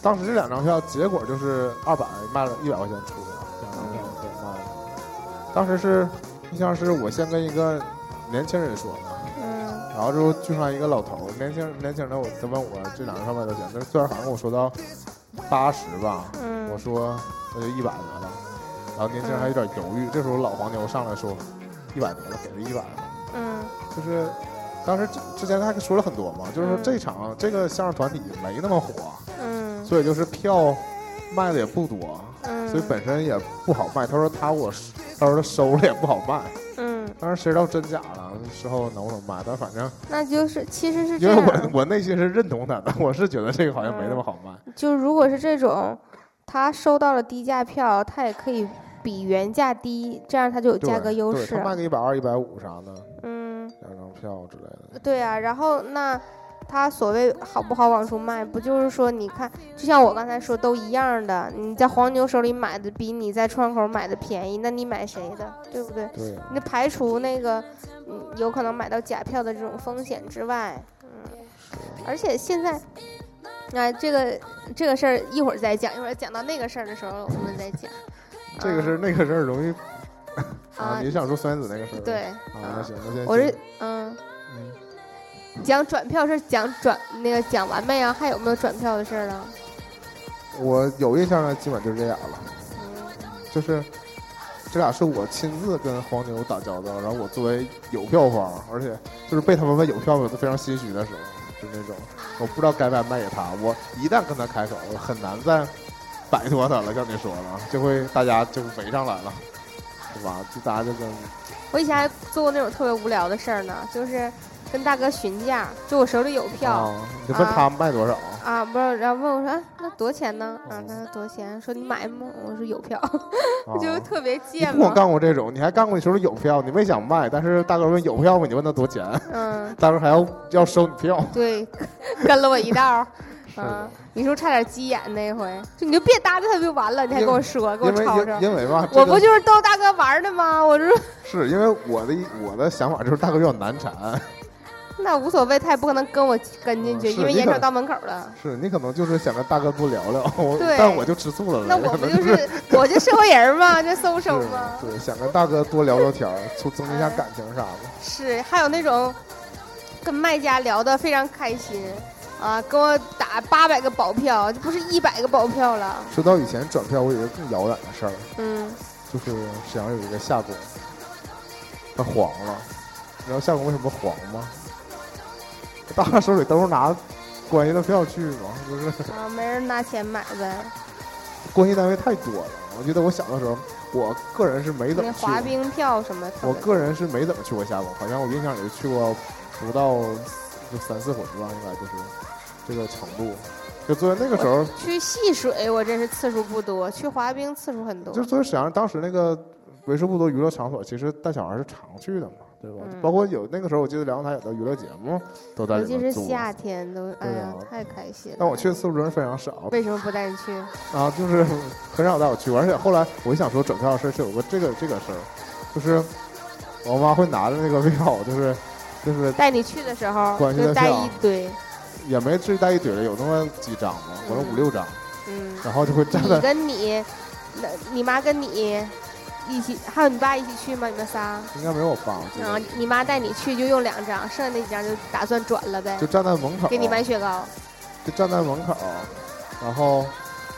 Speaker 1: 当时这两张票结果就是二百卖了一百块钱出的，两张票都卖了。当时是印象是我先跟一个年轻人说的。
Speaker 2: 嗯
Speaker 1: 然后之后聚上一个老头儿，年轻年轻人我，他问我这两个上卖多少钱，那最后好像跟我说到八十吧，我
Speaker 2: 嗯，
Speaker 1: 说那就一百得了。然后年轻人还有点犹豫，这时候老黄牛上来说一百得了，给了一百了。
Speaker 2: 嗯
Speaker 1: 就是当时之之前他说了很多嘛，就是说
Speaker 2: 嗯
Speaker 1: 这场这个相声团体没那么火，
Speaker 2: 嗯
Speaker 1: 所以就是票卖的也不多，
Speaker 2: 嗯，
Speaker 1: 所以本身也不好卖。他说他我他说他收了也不好卖，
Speaker 2: 嗯，
Speaker 1: 当时谁知道真假了，之后能不能卖？但反正。
Speaker 2: 那就是其实是
Speaker 1: 因
Speaker 2: 这
Speaker 1: 为
Speaker 2: 样
Speaker 1: 我
Speaker 2: 的，
Speaker 1: 我内心是认同他的，我是觉得这个好像没那么好卖。
Speaker 2: 就是如果是这种，他收到了低价票，他也可以比原价低，这样他就有
Speaker 1: 对
Speaker 2: 价格优
Speaker 1: 对
Speaker 2: 势啊
Speaker 1: 他。卖个一百二、一百五啥的，
Speaker 2: 嗯，
Speaker 1: 两张票之类的。
Speaker 2: 对啊，然后那他所谓好不好往出卖，不就是说你看，就像我刚才说都一样的，你在黄牛手里买的比你在窗口买的便宜，那你买谁的，对不对？
Speaker 1: 对，。
Speaker 2: 那排除那个嗯有可能买到假票的这种风险之外，嗯，而且现在，啊、这个这个事儿一会儿再讲，一会儿讲到那个事儿的时候我们再讲
Speaker 1: 这个
Speaker 2: 嗯
Speaker 1: 是那个事儿容易啊，
Speaker 2: 啊
Speaker 1: 你，想说孙子那个事儿？
Speaker 2: 对，
Speaker 1: 啊，那
Speaker 2: 嗯
Speaker 1: 行，那先
Speaker 2: 我是
Speaker 1: 先
Speaker 2: 嗯，
Speaker 1: 嗯
Speaker 2: 讲转票是讲转那个讲完没啊？还有没有转票的事儿了？
Speaker 1: 我有印象的基本就是这俩了，
Speaker 2: 嗯
Speaker 1: 就是这俩是我亲自跟黄牛打交道，然后我作为有票方，而且就是被他们问有票我都非常心虚的时候，就那种我不知道该不该卖给他，我一旦跟他开口，我很难再摆脱他了，像你说了，就会大家就围上来了，是吧？就大家就跟
Speaker 2: 我以前还做过那种特别无聊的事儿呢，就是跟大哥询价，就我手里有票。
Speaker 1: 啊，你就问他卖 多少，
Speaker 2: 啊，不是，然后问我说，啊，那多少钱呢？啊
Speaker 1: 嗯，
Speaker 2: 那多少钱？说你买吗？
Speaker 1: 哦
Speaker 2: 我说有票，
Speaker 1: 啊
Speaker 2: 就特别
Speaker 1: 你
Speaker 2: 贱
Speaker 1: 不光
Speaker 2: 嘛。
Speaker 1: 干过这种，你还干过你手里有票，你没想卖，但是大哥问有票吗？你问他多少钱，
Speaker 2: 嗯，
Speaker 1: 大哥还要要收你票，
Speaker 2: 对，跟了我一 道儿。
Speaker 1: 是的
Speaker 2: 啊，你说差点急眼那回，就你就别搭理他就完了，你还
Speaker 1: 因
Speaker 2: 跟我说，给我
Speaker 1: 因为
Speaker 2: 吵
Speaker 1: 因
Speaker 2: 吵。
Speaker 1: 因为吧，这
Speaker 2: 我
Speaker 1: 个
Speaker 2: 不就是逗大哥玩儿的吗？我说
Speaker 1: 是因为我的一我的想法就是大哥比较难缠，
Speaker 2: 那无所谓，他也不可能跟我跟进去，
Speaker 1: 嗯是
Speaker 2: 因为
Speaker 1: 你
Speaker 2: 眼
Speaker 1: 可哦
Speaker 2: 瞅到门口了。
Speaker 1: 是你可能就是想跟大哥多聊聊，我
Speaker 2: 对
Speaker 1: 但我就吃醋了呗。
Speaker 2: 那我
Speaker 1: 可
Speaker 2: 不
Speaker 1: 能
Speaker 2: 就 是是我就社会人儿嘛，这嗯搜搜嘛。
Speaker 1: 对，想跟大哥多聊聊天儿，促增进一下感情啥的。
Speaker 2: 是，还有那种跟卖家聊得非常开心啊，跟我打八百个保票，就不是一百个保票了。
Speaker 1: 说到以前转票，我有一个更遥远的事儿，
Speaker 2: 嗯
Speaker 1: 就是沈阳有一个夏宫，他黄了。你知道夏宫为什么黄吗？大家手里都是拿关系的票去嘛，就是
Speaker 2: 啊，没人拿钱买呗。
Speaker 1: 关系单位太多了。我觉得我小的时候，我个人是没怎
Speaker 2: 那
Speaker 1: 么去
Speaker 2: 滑
Speaker 1: 过。
Speaker 2: 冰票什么特别多，
Speaker 1: 我个人是没怎么去过夏宫，好像我印象里去过不到就三四回吧，应该就是这个程度。就作为那个时候，
Speaker 2: 去戏水，我真是次数不多；去滑冰次数很多。
Speaker 1: 就作为沈阳当时那个为数不多娱乐场所，其实带小孩是常去的嘛。对吧？
Speaker 2: 嗯
Speaker 1: 包括有那个时候，我记得梁文台有的娱乐节目都在
Speaker 2: 尤
Speaker 1: 里
Speaker 2: 其
Speaker 1: 面
Speaker 2: 是
Speaker 1: 做。
Speaker 2: 夏天都，哎
Speaker 1: 对
Speaker 2: 呀
Speaker 1: 啊，
Speaker 2: 太开心了。
Speaker 1: 但我去的次数真是非常少，
Speaker 2: 为什么不带你去？
Speaker 1: 啊，就是很少带我去玩，而且后来我一想说转票的事儿是有个这个这个事儿，就是我妈会拿着那个 票，就是就是
Speaker 2: 带你去的时候
Speaker 1: 关心
Speaker 2: 就
Speaker 1: 的
Speaker 2: 带
Speaker 1: 是啊
Speaker 2: 一堆，
Speaker 1: 也没至于带一堆的，有那么几张嘛，可能五六张，
Speaker 2: 嗯，
Speaker 1: 然后就会站
Speaker 2: 你
Speaker 1: 在
Speaker 2: 跟你，那你妈跟你一起，还有你爸一起去吗？你们仨？
Speaker 1: 应该没有我爸，我记
Speaker 2: 然后
Speaker 1: 得
Speaker 2: 你妈带你去就用两张，剩下那几张就打算转了呗
Speaker 1: 就，站在门口，
Speaker 2: 给你买雪糕。
Speaker 1: 就站在门口，然后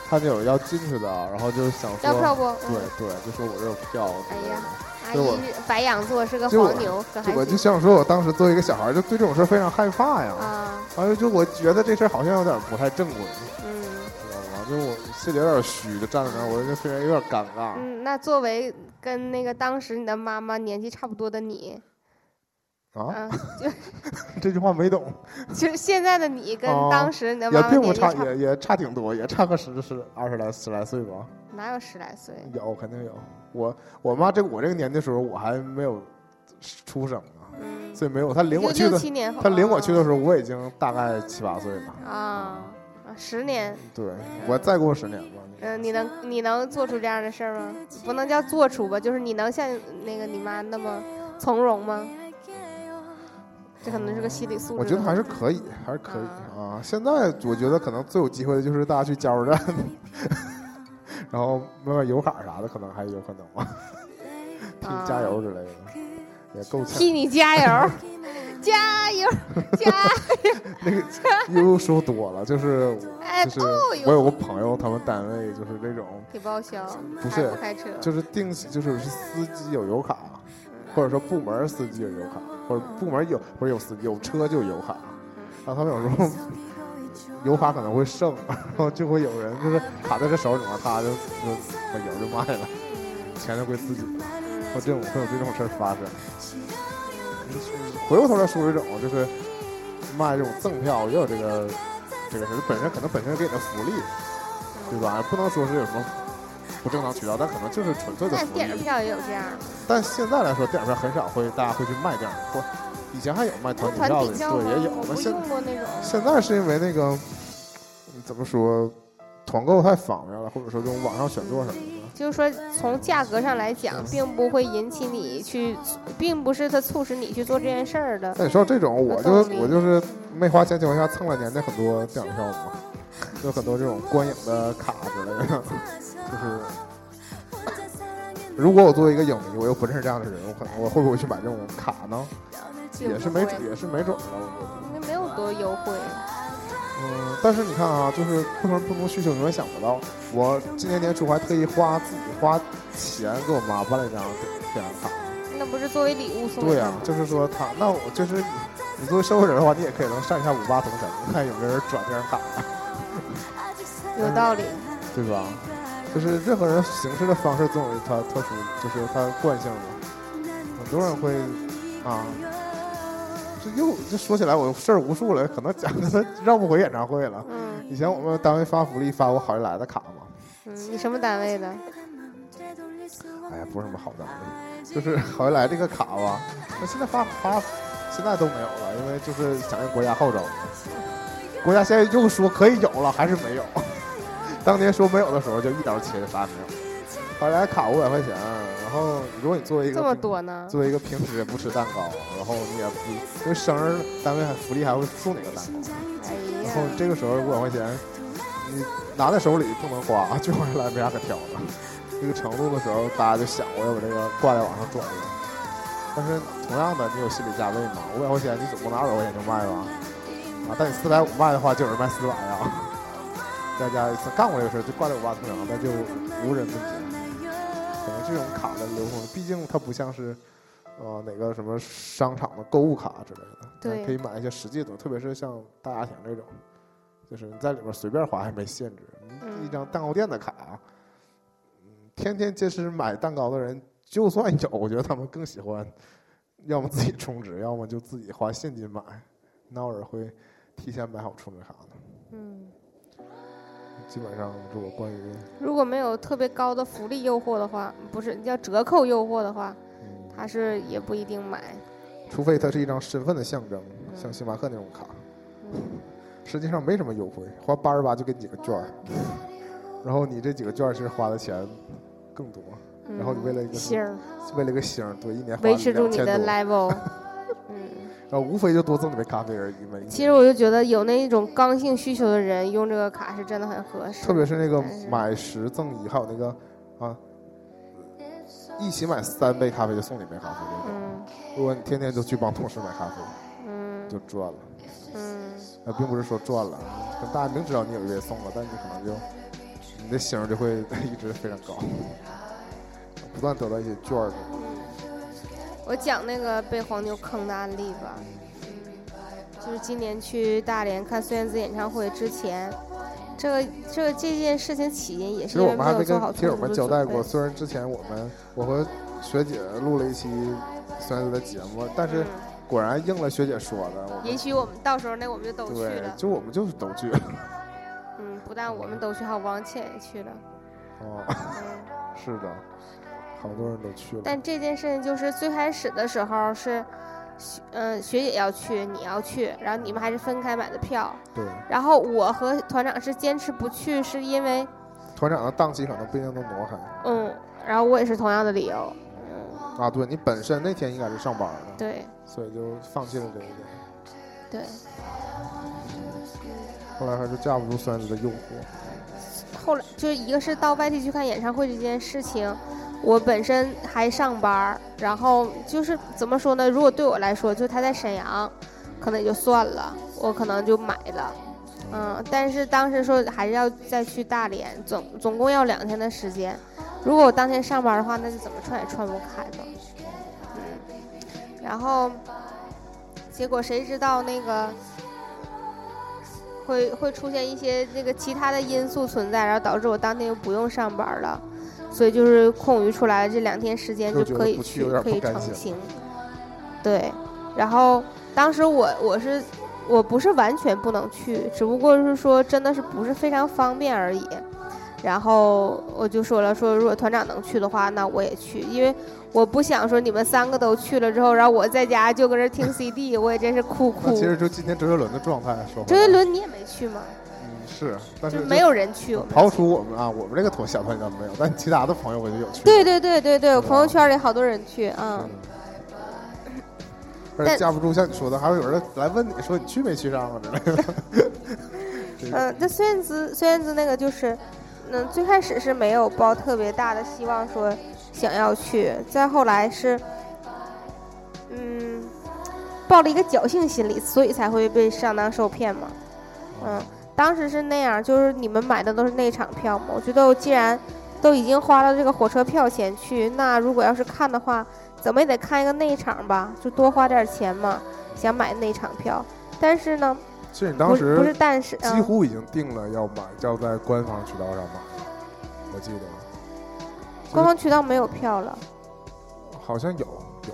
Speaker 1: 看见有人要进去的，然后就想
Speaker 2: 要
Speaker 1: 说，
Speaker 2: 票不？
Speaker 1: 对
Speaker 2: 嗯，
Speaker 1: 对，就说我这有票之类的，
Speaker 2: 哎呀阿
Speaker 1: 就我
Speaker 2: 姨是白羊座是个
Speaker 1: 就我
Speaker 2: 黄牛，可
Speaker 1: 就我
Speaker 2: 还
Speaker 1: 就
Speaker 2: 行
Speaker 1: 想说，我当时作为一个小孩儿，就对这种事儿非常害怕呀，
Speaker 2: 啊，
Speaker 1: 完了就我觉得这事儿好像有点不太正规。
Speaker 2: 嗯。
Speaker 1: 知道吗？就我心里有点虚，就站在那儿，我就非常有点尴尬。
Speaker 2: 嗯，那作为跟那个当时你的妈妈年纪差不多的你，
Speaker 1: 啊，
Speaker 2: 嗯、
Speaker 1: 这句话没懂，
Speaker 2: 就是现在的你跟
Speaker 1: 哦
Speaker 2: 当时你的
Speaker 1: 也
Speaker 2: 妈妈
Speaker 1: 并不
Speaker 2: 年纪差
Speaker 1: 差，
Speaker 2: 不多，
Speaker 1: 也也差挺多，也差个十十二十来十来岁吧。
Speaker 2: 哪有十来岁？
Speaker 1: 有肯定有。我我妈这我这个年纪的时候，我还没有出生呢，
Speaker 2: 嗯，
Speaker 1: 所以没有。她领我
Speaker 2: 六
Speaker 1: 去
Speaker 2: 六
Speaker 1: 的，
Speaker 2: 七年后，
Speaker 1: 她领我去的时候，我已经大概七八岁了。
Speaker 2: 啊啊，十年，
Speaker 1: 对，我再过十年吧。
Speaker 2: 嗯、你能你能做出这样的事儿吗？不能叫做出吧，就是你能像那个你妈那么从容吗？这可能是个心理素质。
Speaker 1: 我觉得还是可以，还是可以啊。
Speaker 2: 啊
Speaker 1: 现在我觉得可能最有机会的就是大家去加油站， 然后买买油卡啥的，可能还有可能吧，替
Speaker 2: 啊
Speaker 1: 你 加油之类的，也够呛。
Speaker 2: 替你加 油，加油，加
Speaker 1: 那个又说多了，就是
Speaker 2: 哎
Speaker 1: 就是
Speaker 2: 哦
Speaker 1: 我
Speaker 2: 哟，
Speaker 1: 有个朋友，他们单位就是那种，
Speaker 2: 挺报销，
Speaker 1: 不
Speaker 2: 开
Speaker 1: 是
Speaker 2: 不开车？
Speaker 1: 就是定期就是司机有油卡，或者说部门司机有油卡，或者部门有不是有司机有车就有油卡，然后他们有时候 油卡可能会剩，然后就会有人就是卡在这手里面，他就就把油就卖了，钱就归自己了。我这种会有这种事儿发生。回过头来说这种就是卖这种赠票，也有这个这个事儿，本身可能本身给你的福利，对吧？不能说是有什么不正当渠道，但可能就是纯粹的
Speaker 2: 那
Speaker 1: 福
Speaker 2: 电影
Speaker 1: 利。
Speaker 2: 票也有这样儿。
Speaker 1: 但现在来说，电影票很少会大家会去卖电影票，以前还有卖团体
Speaker 2: 团
Speaker 1: 票
Speaker 2: 体
Speaker 1: 的，
Speaker 2: 票吗
Speaker 1: 对，也有
Speaker 2: 我。
Speaker 1: 那
Speaker 2: 不
Speaker 1: 现
Speaker 2: 用过那种。
Speaker 1: 现在是因为那个嗯怎么说，团购太方便了，或者说这种网上选座什么的，
Speaker 2: 就是说，从价格上来讲，并不会引起你去，并不是它促使你去做这件事儿的。
Speaker 1: 那你说这种，我就
Speaker 2: 有道理
Speaker 1: 我就是没花钱情况下蹭了年的很多电影票嘛，有很多这种观影的卡之类的，就是。如果我作为一个影迷，我又不认识这样的人，我可能我会不会去买这种卡呢？也是没
Speaker 2: 并不会
Speaker 1: 也是没准儿的，我觉得。
Speaker 2: 那没有多优惠。
Speaker 1: 嗯，但是你看啊，就是不同不同需求，你永远想不到。我今年年初还特意花自己花钱给我妈办了一张电影卡。
Speaker 2: 那不是作为礼物送
Speaker 1: 对
Speaker 2: 的
Speaker 1: 啊
Speaker 2: 吗，
Speaker 1: 就是说他，那我就是你作为社会人的话，你也可以能上一下五八同城，看有没有人转电影卡，
Speaker 2: 有道理。
Speaker 1: 对吧？就是任何人行事的方式总有他特殊，就是有他惯性的。很多人会啊，这又这说起来我事儿无数了，可能讲的 他绕不回演唱会了。
Speaker 2: 嗯
Speaker 1: 以前我们单位发福利发过好运来的卡嘛。
Speaker 2: 嗯，你什么单位的？
Speaker 1: 哎呀，不是什么好单位，就是好运来这个卡吧，那现在发发现在都没有了，因为就是响应国家号召，国家现在又说可以有了，还是没有。 当年说没有的时候，就一刀切，啥也没有。好运来卡五百块钱，然后如果你作为一个
Speaker 2: 这么
Speaker 1: 平
Speaker 2: 多呢？
Speaker 1: 作为一个平时也不吃蛋糕，然后你也不因为生日单位还福利还会送你个蛋糕，
Speaker 2: 哎
Speaker 1: 然
Speaker 2: 呀
Speaker 1: 后，这个时候五百块钱你拿在手里不能花， 就往下来没啥可挑的。这个程度的时候，大家就想我要把这个挂在往上转悠。但是同样的，你有心理价位嘛？五百块钱你总不能二百块钱就卖吧？啊，但你四百五卖的话，就有人卖四百啊。 大家干过这个事儿，就挂在五八同城，那就无人问津。可能这种卡的流通，毕竟它不像是。呃，哪个什么商场的购物卡之类的，
Speaker 2: 对
Speaker 1: 可以买一些实际的东西，特别是像大家庭这种，就是你在里边随便花还没限制，
Speaker 2: 嗯
Speaker 1: 一张蛋糕店的卡，啊嗯，天天这是买蛋糕的人，就算有，我觉得他们更喜欢，要么自己充值，要么就自己花现金买，那偶尔会提前买好充值卡的。
Speaker 2: 嗯，
Speaker 1: 基本上是我关于，
Speaker 2: 如果没有特别高的福利诱惑的话，不是叫折扣诱惑的话，
Speaker 1: 嗯，
Speaker 2: 还是也不一定买。
Speaker 1: 除非它是一张身份的象征，
Speaker 2: 嗯
Speaker 1: 像星巴克那种卡。 实际上没什么优惠，花八十八就给你几个券儿，
Speaker 2: 嗯
Speaker 1: 然后你这几个券儿是花的钱更多，
Speaker 2: 嗯
Speaker 1: 然后你为了一个
Speaker 2: 星儿
Speaker 1: 为了个星儿，对，一年花
Speaker 2: 维持住你
Speaker 1: 2000
Speaker 2: 的
Speaker 1: 多
Speaker 2: level，嗯。
Speaker 1: 然后无非就多赠你杯咖啡而已。每一
Speaker 2: 其
Speaker 1: 年
Speaker 2: 实我就觉得有那一种刚性需求的人用这个卡是真的很合适，
Speaker 1: 特别是那个
Speaker 2: 但是
Speaker 1: 买十赠一，还有那个啊，一起买三杯咖啡就送你一杯咖啡。对不对
Speaker 2: 嗯
Speaker 1: 如果你天天就去帮同事买咖啡，
Speaker 2: 嗯
Speaker 1: 就赚了。
Speaker 2: 嗯
Speaker 1: 呃，并不是说赚了，可能大家明知道你有一杯送了，但你可能就你的星儿就会 一直非常高，不断得到一些券儿。
Speaker 2: 我讲那个被黄牛坑的案例吧，就是今年去大连看孙燕姿演唱会之前，这个这个这件事情起因也
Speaker 1: 其实
Speaker 2: 是因
Speaker 1: 我
Speaker 2: 为
Speaker 1: 们
Speaker 2: 没
Speaker 1: 还
Speaker 2: 有
Speaker 1: 没
Speaker 2: 做
Speaker 1: 跟
Speaker 2: 好
Speaker 1: 听友们交代
Speaker 2: 充
Speaker 1: 过，
Speaker 2: 足
Speaker 1: 虽
Speaker 2: 的准
Speaker 1: 然之前我们我和学姐录了一期孙燕姿的节目，但是
Speaker 2: 嗯
Speaker 1: 果然应了学姐说的，我
Speaker 2: 备，也
Speaker 1: 们
Speaker 2: 许我们到时候那我们就都去
Speaker 1: 对，
Speaker 2: 了，
Speaker 1: 就我们就是都去。
Speaker 2: 嗯，不但我们都去，还有王倩也去了，
Speaker 1: 哦，
Speaker 2: 嗯。
Speaker 1: 是的，好多人都去了。
Speaker 2: 但这件事情就是最开始的时候是，学嗯，学姐要去，你要去，然后你们还是分开买的票。
Speaker 1: 对，
Speaker 2: 然后我和团长是坚持不去，是因为
Speaker 1: 团长的档期可能不一定能挪开
Speaker 2: 嗯，然后我也是同样的理由，嗯，
Speaker 1: 啊。对你本身那天应该是上班的，
Speaker 2: 对
Speaker 1: 所以就放弃了这一点。
Speaker 2: 对。
Speaker 1: 后来还是架不住孙燕姿的诱惑。
Speaker 2: 后来就是一个是到外地去看演唱会这件事情，我本身还上班儿，然后就是怎么说呢？如果对我来说，就他在沈阳，可能也就算了，我可能就买了。嗯，但是当时说还是要再去大连，总总共要两天的时间。如果我当天上班的话，那就怎么穿也穿不开吧。嗯，然后结果谁知道那个会会出现一些那个其他的因素存在，然后导致我当天又不用上班了，所以就是空余出来这两天时间
Speaker 1: 又
Speaker 2: 就
Speaker 1: 觉得
Speaker 2: 可以
Speaker 1: 不去
Speaker 2: 去
Speaker 1: 有点
Speaker 2: 可以
Speaker 1: 不甘
Speaker 2: 成
Speaker 1: 心了
Speaker 2: 行。对，然后当时我我是我不是完全不能去，只不过是说真的是不是非常方便而已。然后我就说了，说如果团长能去的话，那我也去，因为我不想说你们三个都去了之后，然后我在家就搁这儿 听 CD，我也真是哭
Speaker 1: 那
Speaker 2: 哭
Speaker 1: 其。实就今天周杰伦的状态说回来，
Speaker 2: 周杰伦你也没去吗？
Speaker 1: 嗯是，但
Speaker 2: 就是没有人去，我们
Speaker 1: 刨除我们啊，我们这个团小团员没有，但其他的朋友我就有去。
Speaker 2: 对对对对对，我朋友圈里好多人去，嗯
Speaker 1: 嗯，。而且
Speaker 2: 但
Speaker 1: 架不住像你说的，还会有人来问你说你去没去上啊之 类的。这个
Speaker 2: 嗯，那孙燕姿，孙燕姿那个就是，嗯，最开始是没有抱特别大的希望说想要去，再后来是，嗯，抱了一个侥幸心理，所以才会被上当受骗嘛。嗯，
Speaker 1: 啊
Speaker 2: 当时是那样，就是你们买的都是那场票嘛。我觉得我既然都已经花了这个火车票钱去，那如果要是看的话，怎么也得看一个内场吧，就多花点钱嘛，想买内场票。但是呢，
Speaker 1: 其实你
Speaker 2: 不
Speaker 1: 当
Speaker 2: 是不是，
Speaker 1: 时
Speaker 2: 但是
Speaker 1: 几
Speaker 2: 嗯。
Speaker 1: 乎已经定了要买，要在官方渠道上买，我记得
Speaker 2: 嗯官方渠道没有票了
Speaker 1: 好像有有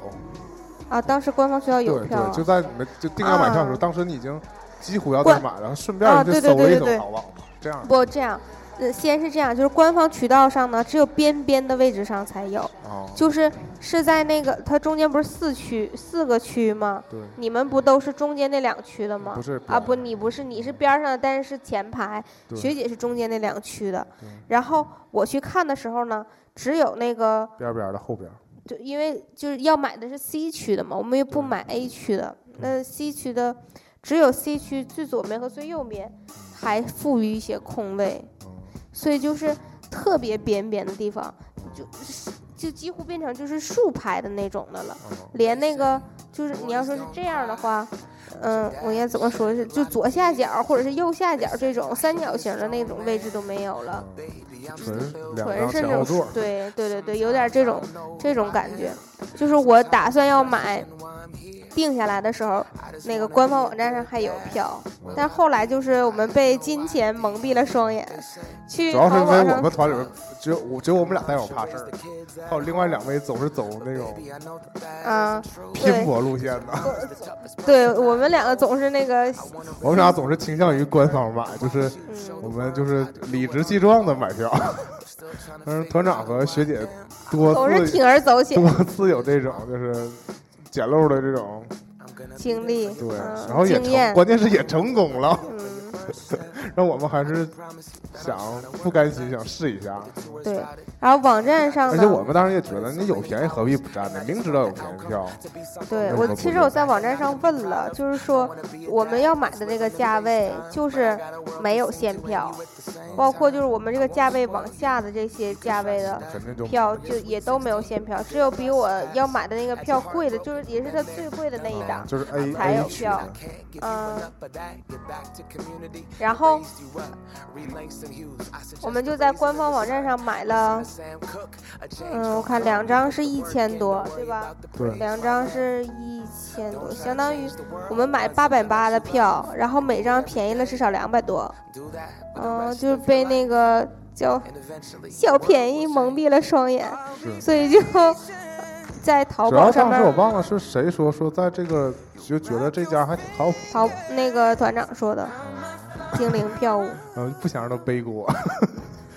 Speaker 2: 啊！当时官方渠道有
Speaker 1: 对
Speaker 2: 票
Speaker 1: 对，
Speaker 2: 啊
Speaker 1: 就在你们就定要买票的时候，
Speaker 2: 啊
Speaker 1: 当时你已经几乎要在
Speaker 2: 官
Speaker 1: 买了，顺
Speaker 2: 啊
Speaker 1: 便就
Speaker 2: 对对
Speaker 1: 搜了
Speaker 2: 对
Speaker 1: 一
Speaker 2: 对
Speaker 1: 搜
Speaker 2: 对
Speaker 1: 淘宝，这样
Speaker 2: 不这样，呃，先是这样，就是官方渠道上呢，只有边边的位置上才有，
Speaker 1: 啊，
Speaker 2: 就是是在那个它中间不是四区四个区吗？
Speaker 1: 对。
Speaker 2: 你们不都是中间那两区的吗？
Speaker 1: 不是
Speaker 2: 啊，不，你不是，你是边儿上的，但是是前排。
Speaker 1: 对
Speaker 2: 学姐是中间那两区的
Speaker 1: 对。
Speaker 2: 然后我去看的时候呢，只有那个，
Speaker 1: 边边的后边，
Speaker 2: 就因为就是要买的是 C 区的嘛，我们又不
Speaker 1: 对
Speaker 2: 买 A 区的。
Speaker 1: 对
Speaker 2: 那 C 区的只有 C 区最左面和最右面还富余一些空位，
Speaker 1: 嗯，
Speaker 2: 所以就是特别边边的地方，就就几乎变成就是竖排的那种的了。
Speaker 1: 嗯
Speaker 2: 连那个就是你要说是这样的话，嗯，我应该怎么说是就左下角或者是右下角这种三角形的那种位置都没有了，
Speaker 1: 嗯纯两
Speaker 2: 纯
Speaker 1: 张
Speaker 2: 是
Speaker 1: 前
Speaker 2: 那
Speaker 1: 后
Speaker 2: 种
Speaker 1: 座，嗯
Speaker 2: 对对对对，有点这种这种感觉。就是我打算要买，定下来的时候，那个官方网站上还有票，但后来就是我们被金钱蒙蔽了双眼，去
Speaker 1: 主要
Speaker 2: 淘
Speaker 1: 是因
Speaker 2: 宝
Speaker 1: 为
Speaker 2: 上
Speaker 1: 我们团里边只有我只有我们俩才有怕事儿，还有另外两位总是走那种
Speaker 2: 啊，
Speaker 1: 拼搏路线的，
Speaker 2: 对我们两个总是那个
Speaker 1: 我们俩总是倾向于官方买，就是
Speaker 2: 嗯
Speaker 1: 我们就是理直气壮的买票。但是团长和学姐多
Speaker 2: 总是
Speaker 1: 次
Speaker 2: 铤而走险，
Speaker 1: 多次有这种就是简陋的这种，
Speaker 2: 经历，
Speaker 1: 对，
Speaker 2: 嗯
Speaker 1: 然后也
Speaker 2: 经
Speaker 1: 成，
Speaker 2: 验，
Speaker 1: 关键是也成功了，
Speaker 2: 嗯，
Speaker 1: 让我们还是想不甘心，想试一下。
Speaker 2: 对。然后网站上
Speaker 1: 而
Speaker 2: 呢，
Speaker 1: 且我们当时也觉得，你有便宜何必不占呢？明知道有便宜票，为
Speaker 2: 对我
Speaker 1: 什么
Speaker 2: 其
Speaker 1: 不
Speaker 2: 实
Speaker 1: 用
Speaker 2: 我在网站上问了，就是说我们要买的那个价位就是没有限票，
Speaker 1: 嗯
Speaker 2: 包括就是我们这个价位往下的这些价位的
Speaker 1: 肯定就
Speaker 2: 票就也都没有限票，只有比我要买的那个票贵的，就是也是它最贵的那一档
Speaker 1: 嗯就是 A
Speaker 2: 才
Speaker 1: A
Speaker 2: 有
Speaker 1: 啊区
Speaker 2: 票
Speaker 1: 的，
Speaker 2: 嗯，然后嗯我们就在官方网站上买了，嗯，我看两张是一千多，对吧？
Speaker 1: 对
Speaker 2: 两张是一千多，相当于我们买八百八的票，然后每张便宜了至少两百多，嗯、就是被那个叫小便宜蒙蔽了双眼，
Speaker 1: 是
Speaker 2: 所以就在淘
Speaker 1: 主要
Speaker 2: 宝上
Speaker 1: 当时我
Speaker 2: 面，
Speaker 1: 忘了是谁说说，在这个就觉得这家还挺靠谱，
Speaker 2: 淘那个团长说的
Speaker 1: 嗯
Speaker 2: 精灵票务。
Speaker 1: 然呃后不想让他背锅。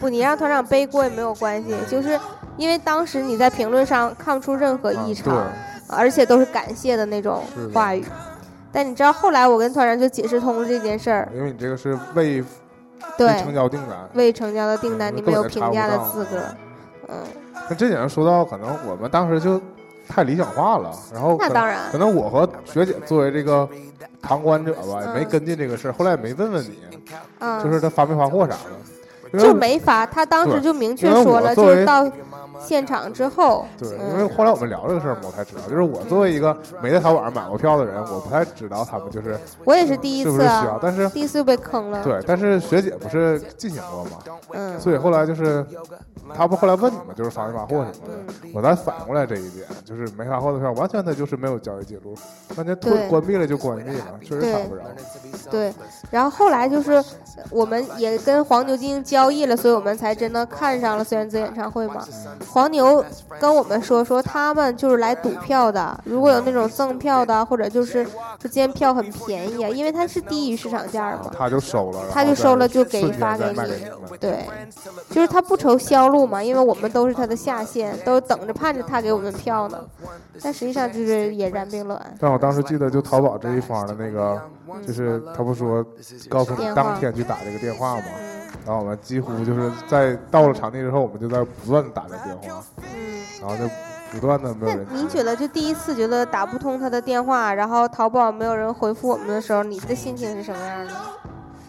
Speaker 2: 不，你让团长背锅也没有关系，就是因为当时你在评论上看不出任何呃异常，
Speaker 1: 啊
Speaker 2: 而且都是感谢的那种
Speaker 1: 是的
Speaker 2: 话语。但你知道后来我跟团长就解释通了这件事儿，
Speaker 1: 对，因为你这个是未未
Speaker 2: 对
Speaker 1: 成，交定单。
Speaker 2: 未成交的订单
Speaker 1: 嗯
Speaker 2: 你
Speaker 1: 根
Speaker 2: 没
Speaker 1: 本
Speaker 2: 有
Speaker 1: 就
Speaker 2: 评
Speaker 1: 查不
Speaker 2: 价的
Speaker 1: 到
Speaker 2: 资格，嗯，
Speaker 1: 那这点上说到，可能我们当时就太理想化了，然后
Speaker 2: 那
Speaker 1: 可能
Speaker 2: 当然
Speaker 1: 可能我和学姐作为这个旁观者吧，也
Speaker 2: 嗯
Speaker 1: 没跟进这个事儿，后来也没问问你，就
Speaker 2: 嗯，
Speaker 1: 是他发没发货啥的，因为
Speaker 2: 就没发。他当时
Speaker 1: 对
Speaker 2: 就明确
Speaker 1: 因为
Speaker 2: 说
Speaker 1: 我
Speaker 2: 了，
Speaker 1: 作
Speaker 2: 就是
Speaker 1: 为
Speaker 2: 到现场之后，
Speaker 1: 对，因为
Speaker 2: 嗯，
Speaker 1: 后来我们聊这个事儿嘛，我才知道，就是我作为一个没在淘宝上买过票的人，我不太知道他们就是
Speaker 2: 我也是第一
Speaker 1: 是不
Speaker 2: 次
Speaker 1: 是需要
Speaker 2: 啊，，
Speaker 1: 但是
Speaker 2: 第一次就被坑了，
Speaker 1: 对，但是学姐不是进行过嘛，
Speaker 2: 嗯，
Speaker 1: 所以后来就是他不后来问你们就是发没发货什么的，
Speaker 2: 嗯
Speaker 1: 我才反过来这一点，就是没发货的票，完全他就是没有交易记录，完全退
Speaker 2: 对
Speaker 1: 关闭了就关闭了，确实
Speaker 2: 对
Speaker 1: 查不着。
Speaker 2: 对，然后后来就是呃我们也跟黄牛进行交易了，所以我们才真的看上了孙燕姿演唱会嘛。黄牛跟我们说说他们就是来赌票的，如果有那种赠票的，或者就是这间票很便宜啊，因为它是低于市场价
Speaker 1: 然后
Speaker 2: 嘛。
Speaker 1: 他就收了，然后
Speaker 2: 他就收了
Speaker 1: 再
Speaker 2: 就给
Speaker 1: 瞬间
Speaker 2: 发
Speaker 1: 再
Speaker 2: 给
Speaker 1: 卖
Speaker 2: 你
Speaker 1: 给们
Speaker 2: 对，就是他不愁销路嘛，因为我们都是他的下线，都等着盼着他给我们票呢。但实际上就是野然并卵，
Speaker 1: 但我当时记得，就淘宝这一方的那个，就是他不说告诉你
Speaker 2: 电话
Speaker 1: 当天去打这个电话吗？然后我们几乎就是在到了场地之后，我们就在不断的打这个电话，
Speaker 2: 嗯。
Speaker 1: 然后就不断的没
Speaker 2: 那
Speaker 1: 有人
Speaker 2: 您
Speaker 1: 接。
Speaker 2: 觉得就第一次觉得打不通他的电话，然后淘宝没有人回复我们的时候，你的心情是什么样的？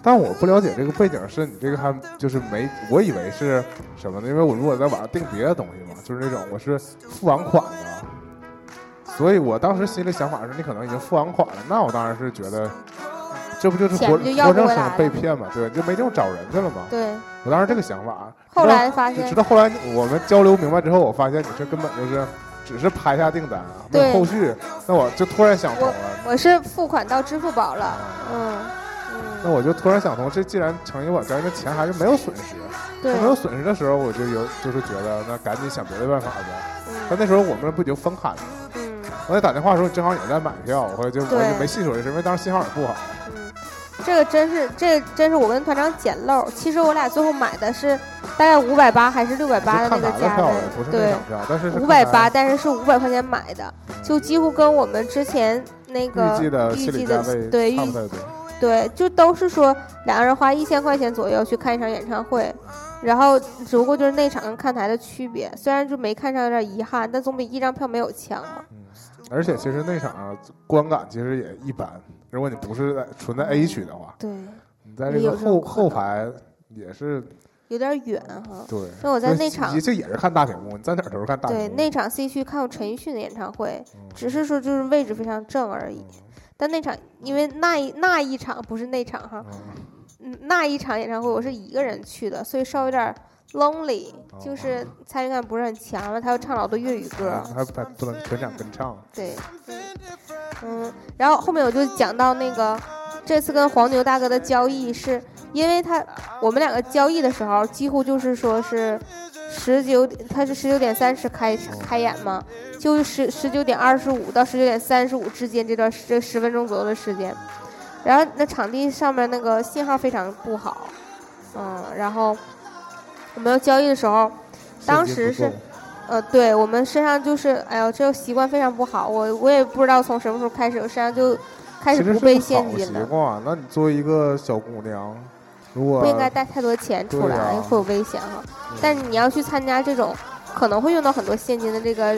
Speaker 1: 但我不了解这个背景，是你这个还就是没，我以为是什么呢？因为我如果在网上订别的东西嘛，就是那种我是付完款的，所以我当时心里想法是你可能已经付完款了，那我当然是觉得这不就是
Speaker 2: 钱
Speaker 1: 活
Speaker 2: 就要
Speaker 1: 活
Speaker 2: 不
Speaker 1: 生
Speaker 2: 回
Speaker 1: 生
Speaker 2: 来
Speaker 1: 被
Speaker 2: 了
Speaker 1: 骗嘛？对，就没地方找人去了嘛。
Speaker 2: 对，
Speaker 1: 我当时这个想法，啊
Speaker 2: 后
Speaker 1: 直
Speaker 2: 来
Speaker 1: 到
Speaker 2: 发
Speaker 1: 就
Speaker 2: 现
Speaker 1: 直，到后来我们交流明白之后，我发现你这根本就是只是拍下订单啊，没有
Speaker 2: 对
Speaker 1: 后续。那我就突然想通了，
Speaker 2: 我是付款到支付宝了，嗯
Speaker 1: 那
Speaker 2: 嗯，
Speaker 1: 我就突然想通，这既然成为我交易，那钱还是没有损失。
Speaker 2: 对
Speaker 1: 那，没有损失的时候，我就有就是觉得那赶紧想别的办法呗。但
Speaker 2: 嗯
Speaker 1: 那时候我们不已经分开了吗？
Speaker 2: 嗯
Speaker 1: 我在打电话的时候，你正好也在买票，我后来就我
Speaker 2: 对
Speaker 1: 就没细说这事，因为当时信号也不好。
Speaker 2: 嗯，这个真是这个真是我跟团长捡漏。其实我俩最后买的是大概五百八还是六百八
Speaker 1: 是
Speaker 2: 那
Speaker 1: 看
Speaker 2: 个
Speaker 1: 买的
Speaker 2: 价
Speaker 1: 票
Speaker 2: 位
Speaker 1: 的，不是那
Speaker 2: 对
Speaker 1: 场，票，但是是
Speaker 2: 五百
Speaker 1: 看
Speaker 2: 八，
Speaker 1: 来
Speaker 2: 但是是五百块钱买的，就几乎跟我们之前那个
Speaker 1: 预计的
Speaker 2: 预
Speaker 1: 心
Speaker 2: 计
Speaker 1: 理
Speaker 2: 的
Speaker 1: 价位
Speaker 2: 对
Speaker 1: 差
Speaker 2: 预
Speaker 1: 不太多。
Speaker 2: 对，就都是说两个人花一千块钱左右去看一场演唱会，然后只不过就是内场跟看台的区别，虽然就没看上有点遗憾，但总比一张票没有强啊嘛。
Speaker 1: 而且其实那场观感其实也一般，如果你不是在纯在 A 区的话，
Speaker 2: 对，
Speaker 1: 你在这
Speaker 2: 也有
Speaker 1: 个
Speaker 2: 这种
Speaker 1: 后
Speaker 2: 可能
Speaker 1: 后排也是
Speaker 2: 有点远啊哈。
Speaker 1: 对。
Speaker 2: 因为我在
Speaker 1: 就
Speaker 2: 那
Speaker 1: 是
Speaker 2: 场
Speaker 1: 也，这也是看大屏幕，你在哪儿都是看大屏
Speaker 2: 对
Speaker 1: 幕。
Speaker 2: 那场 C 区看过陈奕迅的演唱会，
Speaker 1: 嗯
Speaker 2: 只是说就是位置非常正而已。但那场因为那一那一场不是那场哈，
Speaker 1: 嗯
Speaker 2: 嗯那一场演唱会我是一个人去的，所以稍微有点 lonely，就是
Speaker 1: 哦
Speaker 2: 参与感不是很强了。他又唱老多粤语歌，
Speaker 1: 嗯
Speaker 2: 啊
Speaker 1: 还还不能全场跟唱，
Speaker 2: 对，嗯，然后后面我就讲到那个，这次跟黄牛大哥的交易是，因为他我们两个交易的时候，几乎就是说是十九，他是十九点三十开开演嘛，就是十十九点二十五到十九点三十五之间这段时这十分钟左右的时间，然后那场地上面那个信号非常不好，嗯，然后我们要交易的时候，
Speaker 1: 现
Speaker 2: 当
Speaker 1: 金
Speaker 2: 时
Speaker 1: 不
Speaker 2: 是
Speaker 1: 够
Speaker 2: 呃，对我们身上就是，哎呦，这个习惯非常不好。我我也不知道从什么时候开始，我身上就开始
Speaker 1: 其实
Speaker 2: 不
Speaker 1: 是
Speaker 2: 备
Speaker 1: 个
Speaker 2: 现
Speaker 1: 好
Speaker 2: 金
Speaker 1: 习
Speaker 2: 了，
Speaker 1: 惯。那你作为一个小姑娘，如果
Speaker 2: 不应该带太多钱出
Speaker 1: 对
Speaker 2: 来，
Speaker 1: 啊
Speaker 2: 会有危险哈。
Speaker 1: 嗯
Speaker 2: 但是你要去参加这种可能会用到很多现金的这个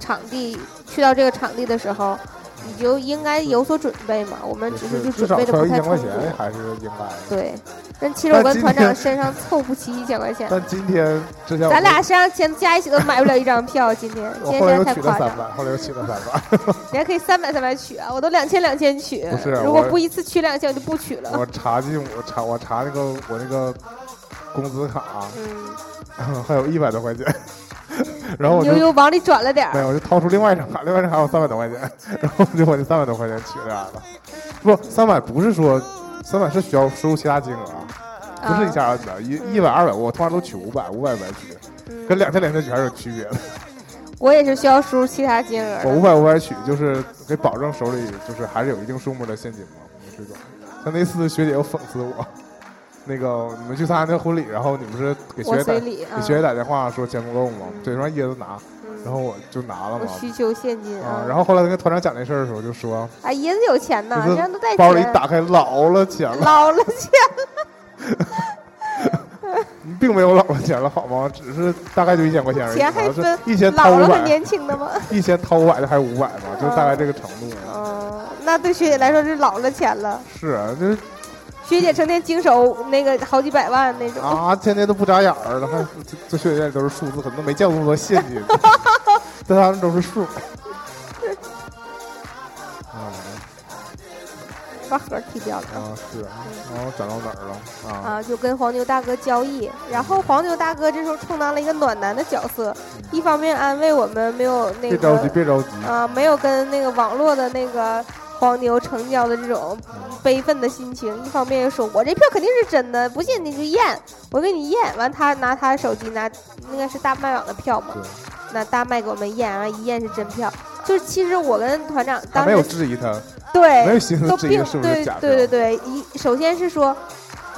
Speaker 2: 场地，去到这个场地的时候，你就应该有所准备嘛。我们
Speaker 1: 就
Speaker 2: 只
Speaker 1: 是
Speaker 2: 就
Speaker 1: 至
Speaker 2: 准
Speaker 1: 少
Speaker 2: 备的
Speaker 1: 揣
Speaker 2: 不
Speaker 1: 一
Speaker 2: 太
Speaker 1: 千
Speaker 2: 充
Speaker 1: 块
Speaker 2: 足。
Speaker 1: 钱还是应该的。
Speaker 2: 对，但其实我
Speaker 1: 但
Speaker 2: 跟
Speaker 1: 今
Speaker 2: 团长
Speaker 1: 天
Speaker 2: 身上凑不齐一千 块钱，
Speaker 1: 但今天之前我
Speaker 2: 咱俩身上钱加一起都买不了一张票。今天今
Speaker 1: 我
Speaker 2: 天
Speaker 1: 后来
Speaker 2: 实
Speaker 1: 又
Speaker 2: 在太
Speaker 1: 取了
Speaker 2: 夸张
Speaker 1: 三
Speaker 2: 了，
Speaker 1: 百，后来又取了三百。
Speaker 2: 人家可以三百三百取啊，我都两千两千取。
Speaker 1: 不是
Speaker 2: 如果
Speaker 1: 我
Speaker 2: 不一次取两千，我就不取了。
Speaker 1: 我查进我查我查那个我那个工资卡，啊
Speaker 2: 嗯，
Speaker 1: 还有一百多块钱，然后我
Speaker 2: 你
Speaker 1: 就
Speaker 2: 又又往里转了点
Speaker 1: 没有，
Speaker 2: 儿。
Speaker 1: 我就掏出另外一张卡，另外一张卡有三百多块钱，然后我就把这三百多块钱取出来了。不，三百不是说三百是需要收其他金额啊，不是一
Speaker 2: 啊，
Speaker 1: 下子的，一
Speaker 2: 嗯
Speaker 1: 一百二百我通常都取五百，五百五百取，
Speaker 2: 嗯
Speaker 1: 跟两千两千取还是有区别的。
Speaker 2: 我也是需要输入其他金额
Speaker 1: 我
Speaker 2: 的。
Speaker 1: 五百五百取就是给保证手里就是还是有一定数目的现金嘛，这种。像那次学姐又讽刺我，那个你们去参加那婚礼，然后你不是给学
Speaker 2: 我
Speaker 1: 姐打
Speaker 2: 随礼啊
Speaker 1: 给，学姐打电话说钱不够吗
Speaker 2: 嗯？
Speaker 1: 对，让椰子拿，
Speaker 2: 嗯
Speaker 1: 然后我就拿了
Speaker 2: 我
Speaker 1: 嘛。
Speaker 2: 需求现金
Speaker 1: 啊，然后后来跟团长讲这事儿的时候就说，
Speaker 2: 啊，椰子有钱呐，
Speaker 1: 就
Speaker 2: 人
Speaker 1: 是
Speaker 2: 家都带钱，
Speaker 1: 包里 打开老了钱了，
Speaker 2: 捞了钱，
Speaker 1: 并没有老了钱了好吗？只是大概就一千块钱而已
Speaker 2: 钱
Speaker 1: 嘛，
Speaker 2: 还分
Speaker 1: 哎是一千掏
Speaker 2: 老
Speaker 1: 五
Speaker 2: 了和
Speaker 1: 百，
Speaker 2: 年轻的吗？
Speaker 1: 一千掏五百的还有五百嘛，就
Speaker 2: 啊
Speaker 1: 大概这个程度。
Speaker 2: 嗯，那对学姐来说是老了钱了。
Speaker 1: 是啊，就是
Speaker 2: 学姐成天经手那个好几百万那种，
Speaker 1: 啊，天天都不眨眼儿 了，还这这学院都是数字，可能没见过那么多现金，但他们都是数。 啊
Speaker 2: 把盒儿踢掉了。
Speaker 1: 啊是啊，然后讲到哪儿了啊？
Speaker 2: 啊，就跟黄牛大哥交易，然后黄牛大哥这时候充当了一个暖男的角色，
Speaker 1: 嗯
Speaker 2: 一方面安慰我们没有那
Speaker 1: 别着急，
Speaker 2: 个
Speaker 1: 别着急，
Speaker 2: 啊，没有跟那个网络的那个黄牛成交的这种
Speaker 1: 嗯
Speaker 2: 悲愤的心情，一方面又说我这票肯定是真的，不信你就验，我给你验。完，他拿他手机拿应该是大麦网的票嘛
Speaker 1: 对，
Speaker 2: 那大麦给我们验，完一验是真票。就是其实我跟团长
Speaker 1: 他
Speaker 2: 当
Speaker 1: 没有
Speaker 2: 时
Speaker 1: 质疑他，
Speaker 2: 对
Speaker 1: 没有心思
Speaker 2: 哎都
Speaker 1: 质疑
Speaker 2: 并
Speaker 1: 他是不
Speaker 2: 对
Speaker 1: 是假票。
Speaker 2: 对对对，一首先是说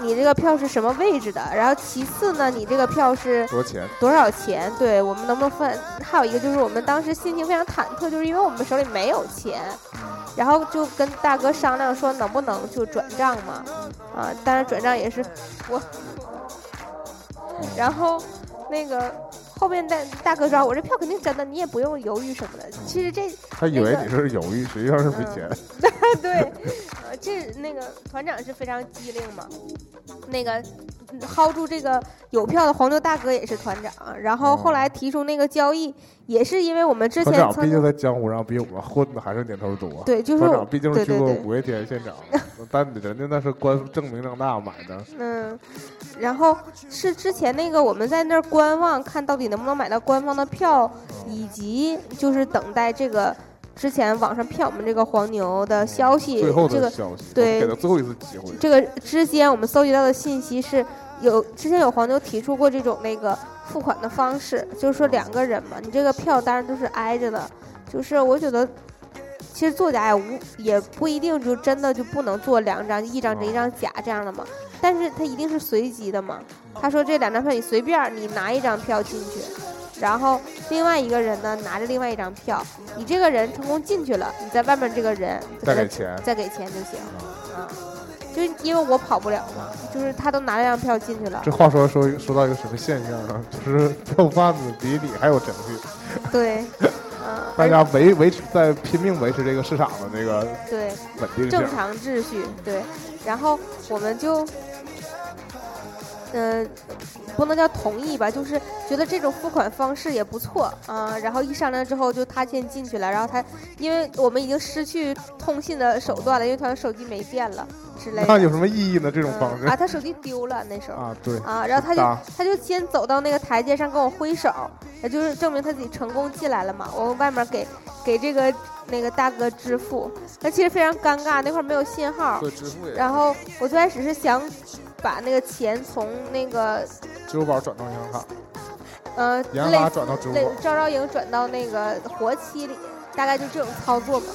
Speaker 2: 你这个票是什么位置的，然后其次呢，你这个票是
Speaker 1: 多少钱？
Speaker 2: 多少钱？对我们能不能分？还有一个就是我们当时心情非常忐忑，就是因为我们手里没有钱，然后就跟大哥商量说能不能就转账嘛，啊，当然转账也是我，然后那个。后面大大哥说：“我这票肯定真的，你也不用犹豫什么的。”其实这
Speaker 1: 他以为你是犹豫，实际上是没钱。
Speaker 2: 嗯 对，呃，这那个团长是非常机灵嘛，那个嗯薅住这个有票的黄牛大哥也是团长，然后后来提出那个交易，也是因为我们之
Speaker 1: 哦团
Speaker 2: 前
Speaker 1: 长毕
Speaker 2: 曾
Speaker 1: 竟
Speaker 2: 经
Speaker 1: 在江湖上比我们混的还是年头多。
Speaker 2: 对，就是
Speaker 1: 团长
Speaker 2: 我
Speaker 1: 毕竟
Speaker 2: 对
Speaker 1: 是去
Speaker 2: 对
Speaker 1: 过
Speaker 2: 对
Speaker 1: 五月天现场，但人家那是官证明正大买的，
Speaker 2: 嗯，然后是之前那个我们在那儿观望，看到底能不能买到官方的票，以及就是等待这个之前网上骗我们这个黄牛的 消息，
Speaker 1: 最后
Speaker 2: 这
Speaker 1: 的
Speaker 2: 个
Speaker 1: 消息，我们
Speaker 2: 对
Speaker 1: 给他最后一次机会。
Speaker 2: 这个之间我们搜集到的信息是有之前有黄牛提出过这种那个付款的方式，就是说两个人嘛，你这个票当然都是挨着的，就是我觉得。其实作假也无也不一定就真的就不能做两张，一张真一张假这样的嘛。但是它一定是随机的嘛。他说这两张票你随便儿，你拿一张票进去，然后另外一个人呢拿着另外一张票，你这个人成功进去了，你在外面这个人
Speaker 1: 再给钱，
Speaker 2: 再给钱就行啊。就是因为我跑不了嘛，就是他都拿了张票进去了
Speaker 1: 这，话说说说到一个什么现象呢？ 就是票贩子比你还有程序，
Speaker 2: 对，嗯，
Speaker 1: 大
Speaker 2: 而
Speaker 1: 家维维持在拼命维持这个市场的那个
Speaker 2: 对
Speaker 1: 稳定性
Speaker 2: 正。常秩序，对。然后我们就，嗯、不能叫同意吧，就是觉得这种付款方式也不错啊、然后一商量之后，就他先进去了，然后他，因为我们已经失去通信的手段了，因为他的手机没电了之类的。
Speaker 1: 那有什么意义呢？这种
Speaker 2: 嗯
Speaker 1: 方式
Speaker 2: 啊，他手机丢了那时候。
Speaker 1: 啊，对，
Speaker 2: 啊，然后他
Speaker 1: 搭
Speaker 2: 就他就先走到那个台阶上跟我挥手，也就是证明他自己成功进来了嘛。我外面给给这个那个大哥支付，那其实非常尴尬，那块儿没有信号。
Speaker 1: 对，支付也
Speaker 2: 然后我最开始是想把那个钱从那个
Speaker 1: 支付宝转到银行卡，
Speaker 2: 呃
Speaker 1: 银行卡
Speaker 2: 类似
Speaker 1: 转到支付
Speaker 2: 类
Speaker 1: 宝，
Speaker 2: 招招营转到那个活期里，大概就这种操作嘛。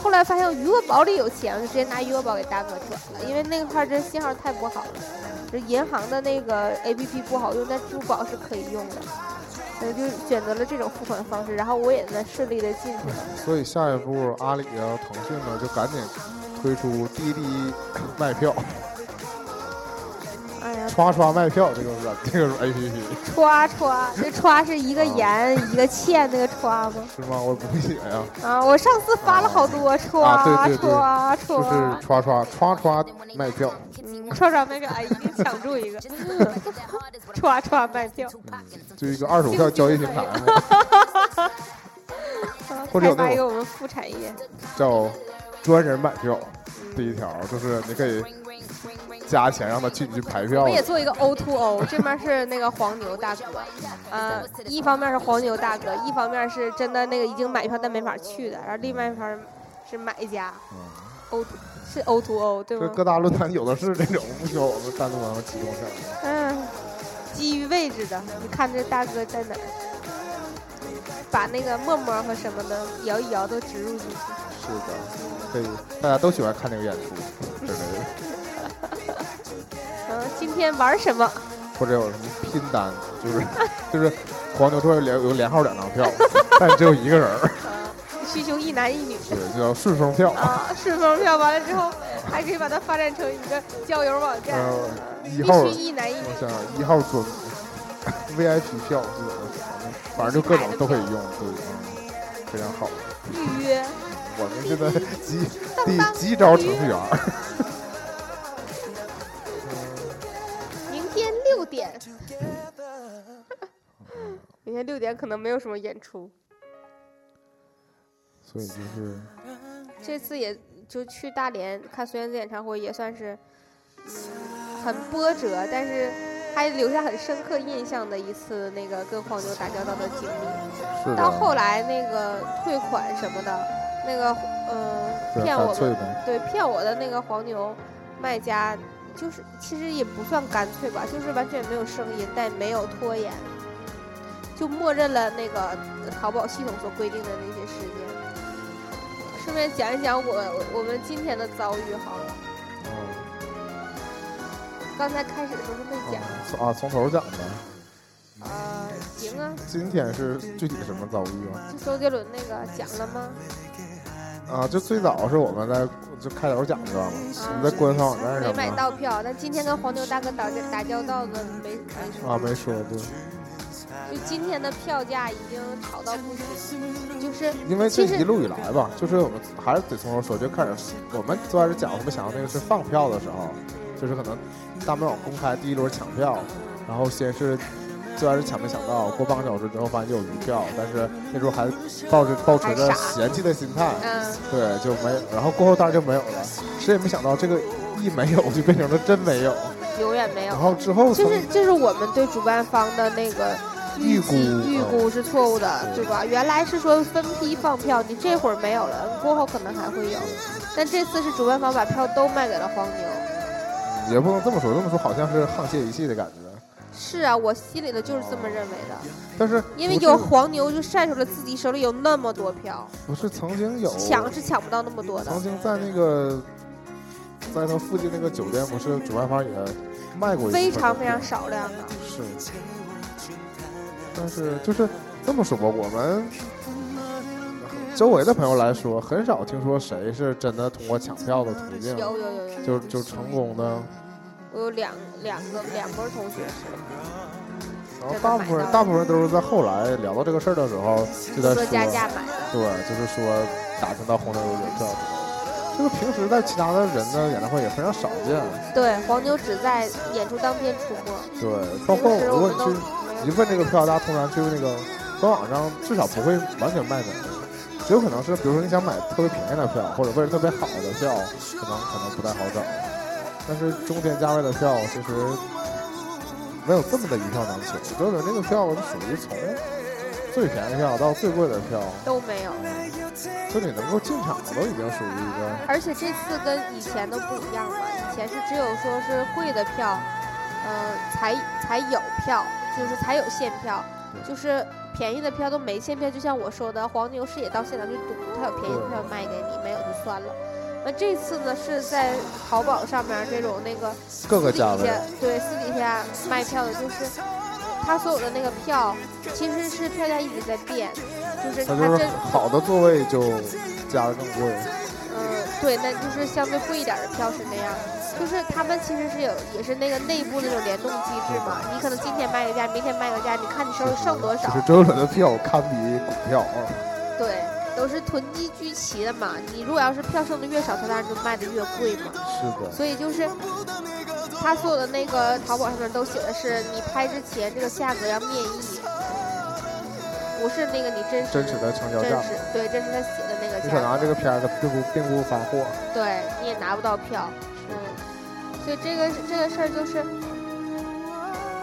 Speaker 2: 后来发现余额宝里有钱，我就直接拿余额宝给大哥转了，因为那块儿这信号太不好了，就银行的那个 APP 不好用，但支付宝是可以用的。所以就选择了这种付款方式，然后我也呢顺利的进去了。
Speaker 1: 所以下一步阿里啊、腾讯呢，就赶紧推出滴滴卖票，
Speaker 2: 哎呀，
Speaker 1: 刷刷卖票这个软这个 A P P
Speaker 2: 歘歘，这歘是一个
Speaker 1: 啊
Speaker 2: 盐、一个欠那个歘吗？
Speaker 1: 是吗？我不写呀，
Speaker 2: 啊，我上次发了好多歘
Speaker 1: 啊对对对
Speaker 2: 歘啊
Speaker 1: 就是
Speaker 2: 歘，
Speaker 1: 刷刷刷刷卖票，
Speaker 2: 嗯，歘歘卖票，哎，一定抢注一个，歘歘卖票，
Speaker 1: 就一个二手票交易平台嘛，
Speaker 2: 啊
Speaker 1: 或者有
Speaker 2: 开
Speaker 1: 那
Speaker 2: 发一
Speaker 1: 种哦
Speaker 2: 个我们副产业，
Speaker 1: 叫专人买票。第一条就是你可以加钱让他去你去排
Speaker 2: 我
Speaker 1: 票
Speaker 2: 们，也做一个 O to O，这面是那个黄牛大哥，呃，一方面是黄牛大哥，一方面是真的那个已经买票但没法去的，然后另外一方面是买家，O 是 O to O 对
Speaker 1: 嗯这
Speaker 2: 吗？
Speaker 1: 各大论坛有的是这种不需要我们单独咱们提供项目。
Speaker 2: 嗯，基于位置的，你看这大哥在哪儿？把那个陌陌和什么的摇一摇都植入进去。
Speaker 1: 是的，可以，大家都喜欢看这个演出之类的，
Speaker 2: 嗯，今天玩什么？
Speaker 1: 或者有什么拼单，就是 就是黄牛突然连有连号两张票， 但只有一个人儿，
Speaker 2: 需求一男一女。
Speaker 1: 对，就叫顺风票，
Speaker 2: 啊，顺风票完了之后，还可以把它发展成一个交友网站，
Speaker 1: 呃
Speaker 2: 必
Speaker 1: 一号
Speaker 2: 须一男一女
Speaker 1: 我。想一号尊 VIP 票是怎么怎么，反正就各种都可以用，对，嗯非常好。
Speaker 2: 预约，
Speaker 1: 我们 现在急第急招程序员儿，
Speaker 2: 明天六点。 明天六点可能没有什么演出，
Speaker 1: 所以就是
Speaker 2: 这次也就去大连看孙燕姿演唱会，也算是嗯很波折，但是还留下很深刻印象的一次那个跟黄牛打交道的经历。
Speaker 1: 是
Speaker 2: 到
Speaker 1: 的，
Speaker 2: 后来那个退款什么的，那个呃
Speaker 1: 对，
Speaker 2: 骗我
Speaker 1: 干
Speaker 2: 们
Speaker 1: 脆呗，
Speaker 2: 对，骗我的那个黄牛卖家，就是其实也不算干脆吧，就是完全没有声音，但没有拖延，就默认了那个淘宝系统所规定的那些时间。顺便讲一讲我我们今天的遭遇好了，
Speaker 1: 嗯
Speaker 2: 刚才开始的时候是没讲，
Speaker 1: 嗯啊，从头讲呗。
Speaker 2: 呃，行啊，
Speaker 1: 今天是具体什么遭遇啊吗？
Speaker 2: 就周杰伦那个讲了吗？
Speaker 1: 啊，就最早是我们在就开头讲的，我们在官方网站
Speaker 2: 没买
Speaker 1: 上嘛，
Speaker 2: 到票，但今天跟黄牛大哥打交打交道的没没说
Speaker 1: 啊，没说对，
Speaker 2: 就今天的票价已经炒到不行，就是
Speaker 1: 因为这
Speaker 2: 其实
Speaker 1: 一路以来吧，就是我们还是得从头说，就开始我们最开始讲我们想到那个是放票的时候，就是可能大明网公开第一轮抢票，然后先是。最开始抢没抢到，过半个小时之后发现就有余票，但是那时候还抱着抱持着
Speaker 2: 还傻
Speaker 1: 嫌弃的心态，
Speaker 2: 嗯。
Speaker 1: 对，就没，然后过后当然就没有了。谁也没想到这个一没有就变成了真没有，
Speaker 2: 永远没
Speaker 1: 然
Speaker 2: 有。
Speaker 1: 后之后从
Speaker 2: 就是就是我们对主办方的那个
Speaker 1: 预
Speaker 2: 计
Speaker 1: 估嗯
Speaker 2: 预估是错误的，对吧？原来是说分批放票，你这会儿没有了，过后可能还会有。但这次是主办方把票都卖给了黄牛。
Speaker 1: 也不能这么说，这么说好像是沆瀣一气的感觉。
Speaker 2: 是啊，我心里的就是这么认为的，
Speaker 1: 但是
Speaker 2: 因为
Speaker 1: 不是
Speaker 2: 有黄牛就晒出了自己手里有那么多票，
Speaker 1: 不是曾经有
Speaker 2: 抢是抢不到那么多的
Speaker 1: 曾。经在那个在他附近那个酒店，不是主办方也卖过一部分
Speaker 2: 非常非常少量的，
Speaker 1: 是，但是就是这么说吧，我们周围的朋友来说，很少听说谁是真的通过抢票的途径
Speaker 2: 有有有有，
Speaker 1: 就就成功的。
Speaker 2: 我有两两个两波同学是
Speaker 1: 然后大部分人大部分人都是在后来聊到这个事儿的时候，就在
Speaker 2: 说加价买的，
Speaker 1: 对，就是说打听到红牛有人票之类的。这个平时在其他的人的演唱会也非常少见，
Speaker 2: 对，黄牛只在演出当天出没。
Speaker 1: 对，包括
Speaker 2: 平时
Speaker 1: 如
Speaker 2: 嗯
Speaker 1: 果
Speaker 2: 我们
Speaker 1: 你
Speaker 2: 都
Speaker 1: 去一问这个票，大家通常去那个官网上，至少不会完全卖没，只有可能是比如说你想买特别便宜的票，或者位置特别好的票，可能可能不太好找。但是中间价位的票其实没有这么的一票难求，周杰伦这个票是属于从最便宜票到最贵的票，
Speaker 2: 都没有，
Speaker 1: 就你能够进场都已经属于一个。
Speaker 2: 而且这次跟以前都不一样了，以前是只有说是会的票，嗯、才才有票，就是才有现票，就是便宜的票都没现票。就像我说的，黄牛是也到现场去赌，他有便宜的票卖给你，没有就算了。那这次呢是在淘宝上面这种那个
Speaker 1: 各
Speaker 2: 私
Speaker 1: 个
Speaker 2: 底
Speaker 1: 价
Speaker 2: 下
Speaker 1: 位，
Speaker 2: 对私底下卖票的，就是他所有的那个票其实是票价一直在变，就是
Speaker 1: 它
Speaker 2: 他
Speaker 1: 就是
Speaker 2: 真
Speaker 1: 好的座位就加的更贵，
Speaker 2: 嗯，对，那就是相对贵一点的票是那样，就是他们其实是有也是那个内部那种联动机制嘛，你可能今天卖个价，明天卖个价，你看你手里剩多少
Speaker 1: 就，是周杰伦的票堪比股票啊。
Speaker 2: 对，都是囤积居奇的嘛。你如果要是票剩的越少，它当然就卖的越贵嘛。
Speaker 1: 是的，
Speaker 2: 所以就是他所有的那个淘宝上面都写的是你拍之前这个价格要面议，不是那个你真实
Speaker 1: 真实的成交
Speaker 2: 真
Speaker 1: 价。
Speaker 2: 实对，真实他写的那个
Speaker 1: 你
Speaker 2: 价
Speaker 1: 可拿
Speaker 2: 格，
Speaker 1: 这个片儿，它并不并不发货。啊
Speaker 2: 对，你也拿不到票，嗯，所以这个这个事儿就是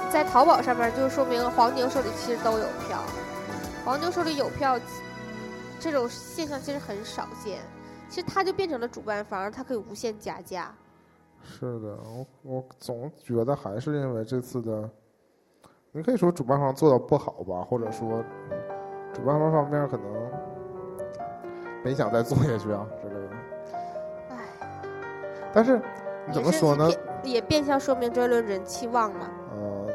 Speaker 2: 在淘宝上面，就说明黄牛手里其实都有票，黄牛手里有票这种现象其实很少见，其实它就变成了主办方，它可以无限加价，
Speaker 1: 是的，我我总觉得还是因为这次的，你可以说主办方做的不好吧，或者说主办方方面可能没想再做下去啊之类的。
Speaker 2: 唉。
Speaker 1: 但是你怎
Speaker 2: 也
Speaker 1: 么
Speaker 2: 是
Speaker 1: 说呢？
Speaker 2: 变？也变相说明周杰伦人气旺嘛。
Speaker 1: 呃，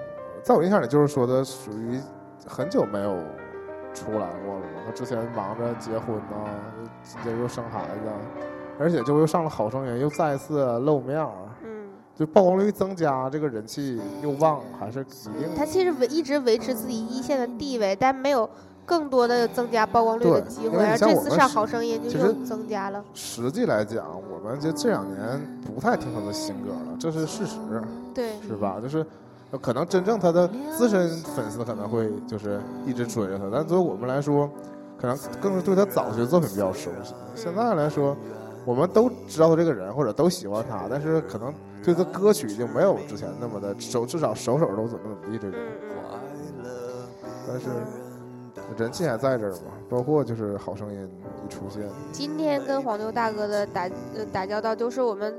Speaker 1: 在我印象里就是说的属于很久没有出来过了嘛。他之前忙着结婚呃呐、接着又生孩子啊，而且就又上了《好声音》，又再一次露面儿，
Speaker 2: 嗯，
Speaker 1: 就曝光率增加，这个人气又旺，还是一定
Speaker 2: 他其实维一直维持自己一线的地位，但没有更多的增加曝光率的
Speaker 1: 对
Speaker 2: 机
Speaker 1: 因
Speaker 2: 会。
Speaker 1: 为
Speaker 2: 而
Speaker 1: 你像
Speaker 2: 这
Speaker 1: 我
Speaker 2: 次
Speaker 1: 们
Speaker 2: 上《
Speaker 1: 是
Speaker 2: 好声音》
Speaker 1: 其
Speaker 2: 就
Speaker 1: 实
Speaker 2: 又增加了。
Speaker 1: 实际来讲，我们就这两年不太听他的新歌了，这是事实，
Speaker 2: 对，
Speaker 1: 是吧？就是。呃可能真正他的资深粉丝可能会就是一直追着他，但作为我们来说，可能更是对他早期的作品比较熟悉。现在来说，我们都知道他这个人，或者都喜欢他，但是可能对他歌曲已经没有之前那么的手，至少首首都怎么怎么地这种。
Speaker 2: 嗯嗯，
Speaker 1: 但是人气还在这儿嘛，包括就是《好声音》一出现，
Speaker 2: 今天跟黄牛大哥的打呃打交道，就是我们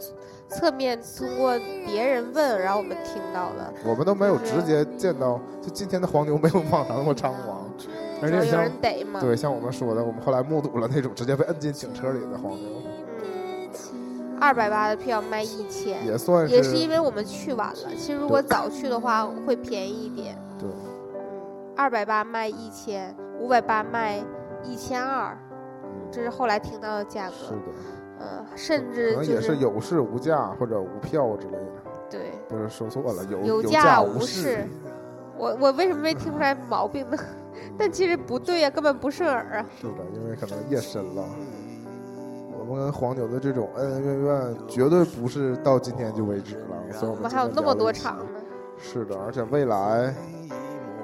Speaker 2: 侧面通过别人问，然后我们听到了。
Speaker 1: 我们都没有直接见到，就今天的黄牛没有往常那么猖狂，而
Speaker 2: 然
Speaker 1: 且
Speaker 2: 后有
Speaker 1: 像
Speaker 2: 人逮嘛。
Speaker 1: 对像我们说的，我们后来目睹了那种直接被摁进警车里的黄牛，
Speaker 2: 嗯二百八的票卖一千，
Speaker 1: 也算
Speaker 2: 也是因为我们去晚了。其实如果
Speaker 1: 对
Speaker 2: 早去的话，会便宜一点。
Speaker 1: 对，
Speaker 2: 嗯，二百八卖一千，五百八卖一千二，
Speaker 1: 嗯
Speaker 2: 这是后来听到的价
Speaker 1: 是
Speaker 2: 格。
Speaker 1: 的，
Speaker 2: 嗯，甚
Speaker 1: 可
Speaker 2: 至
Speaker 1: 能
Speaker 2: 就
Speaker 1: 也是有市无价或者无票之类的，
Speaker 2: 对
Speaker 1: 不是说错了，有
Speaker 2: 有
Speaker 1: 价
Speaker 2: 无
Speaker 1: 市
Speaker 2: 市，。我我为什么没听出来毛病呢？ 但其实不对呀、根本不顺耳啊。
Speaker 1: 是的，因为可能夜深了。我们跟黄牛的这种恩恩怨怨，绝对不是到今天就为止了。所以我
Speaker 2: 我
Speaker 1: 们
Speaker 2: 们还有
Speaker 1: 今
Speaker 2: 那
Speaker 1: 天聊
Speaker 2: 么
Speaker 1: 了
Speaker 2: 多
Speaker 1: 一期
Speaker 2: 场呢。
Speaker 1: 是的，而且未来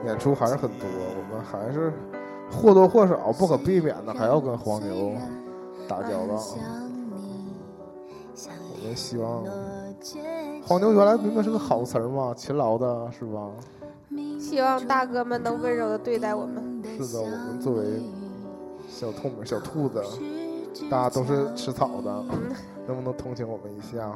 Speaker 1: 演出还是很多，我们还是或多或少、不可避免的还要跟黄牛啊打交道。我们希望黄牛原来明明是个好词儿嘛，勤劳的是吧？
Speaker 2: 希望大哥们能温柔的对待我们。
Speaker 1: 是的，我们作为小兔们、小兔子，大家都是吃草的，
Speaker 2: 嗯
Speaker 1: 能不能同情我们一下？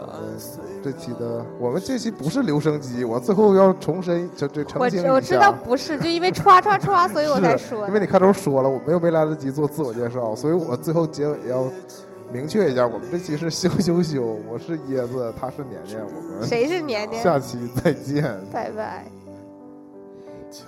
Speaker 1: 我们这期的我们这期不是留声机，我最后要重申，这这澄
Speaker 2: 我
Speaker 1: 清一
Speaker 2: 知
Speaker 1: 下。
Speaker 2: 我知道不是，就因为歘歘歘，所以我才
Speaker 1: 啊是
Speaker 2: 说
Speaker 1: 因。为你开头说了，我们又没来得及做自我介绍，所以我最后结尾要明确一下，我们这期是羞羞羞，我是椰子，他是年年，我们
Speaker 2: 谁是年年？
Speaker 1: 下期再见。
Speaker 2: 拜拜。
Speaker 4: 秋。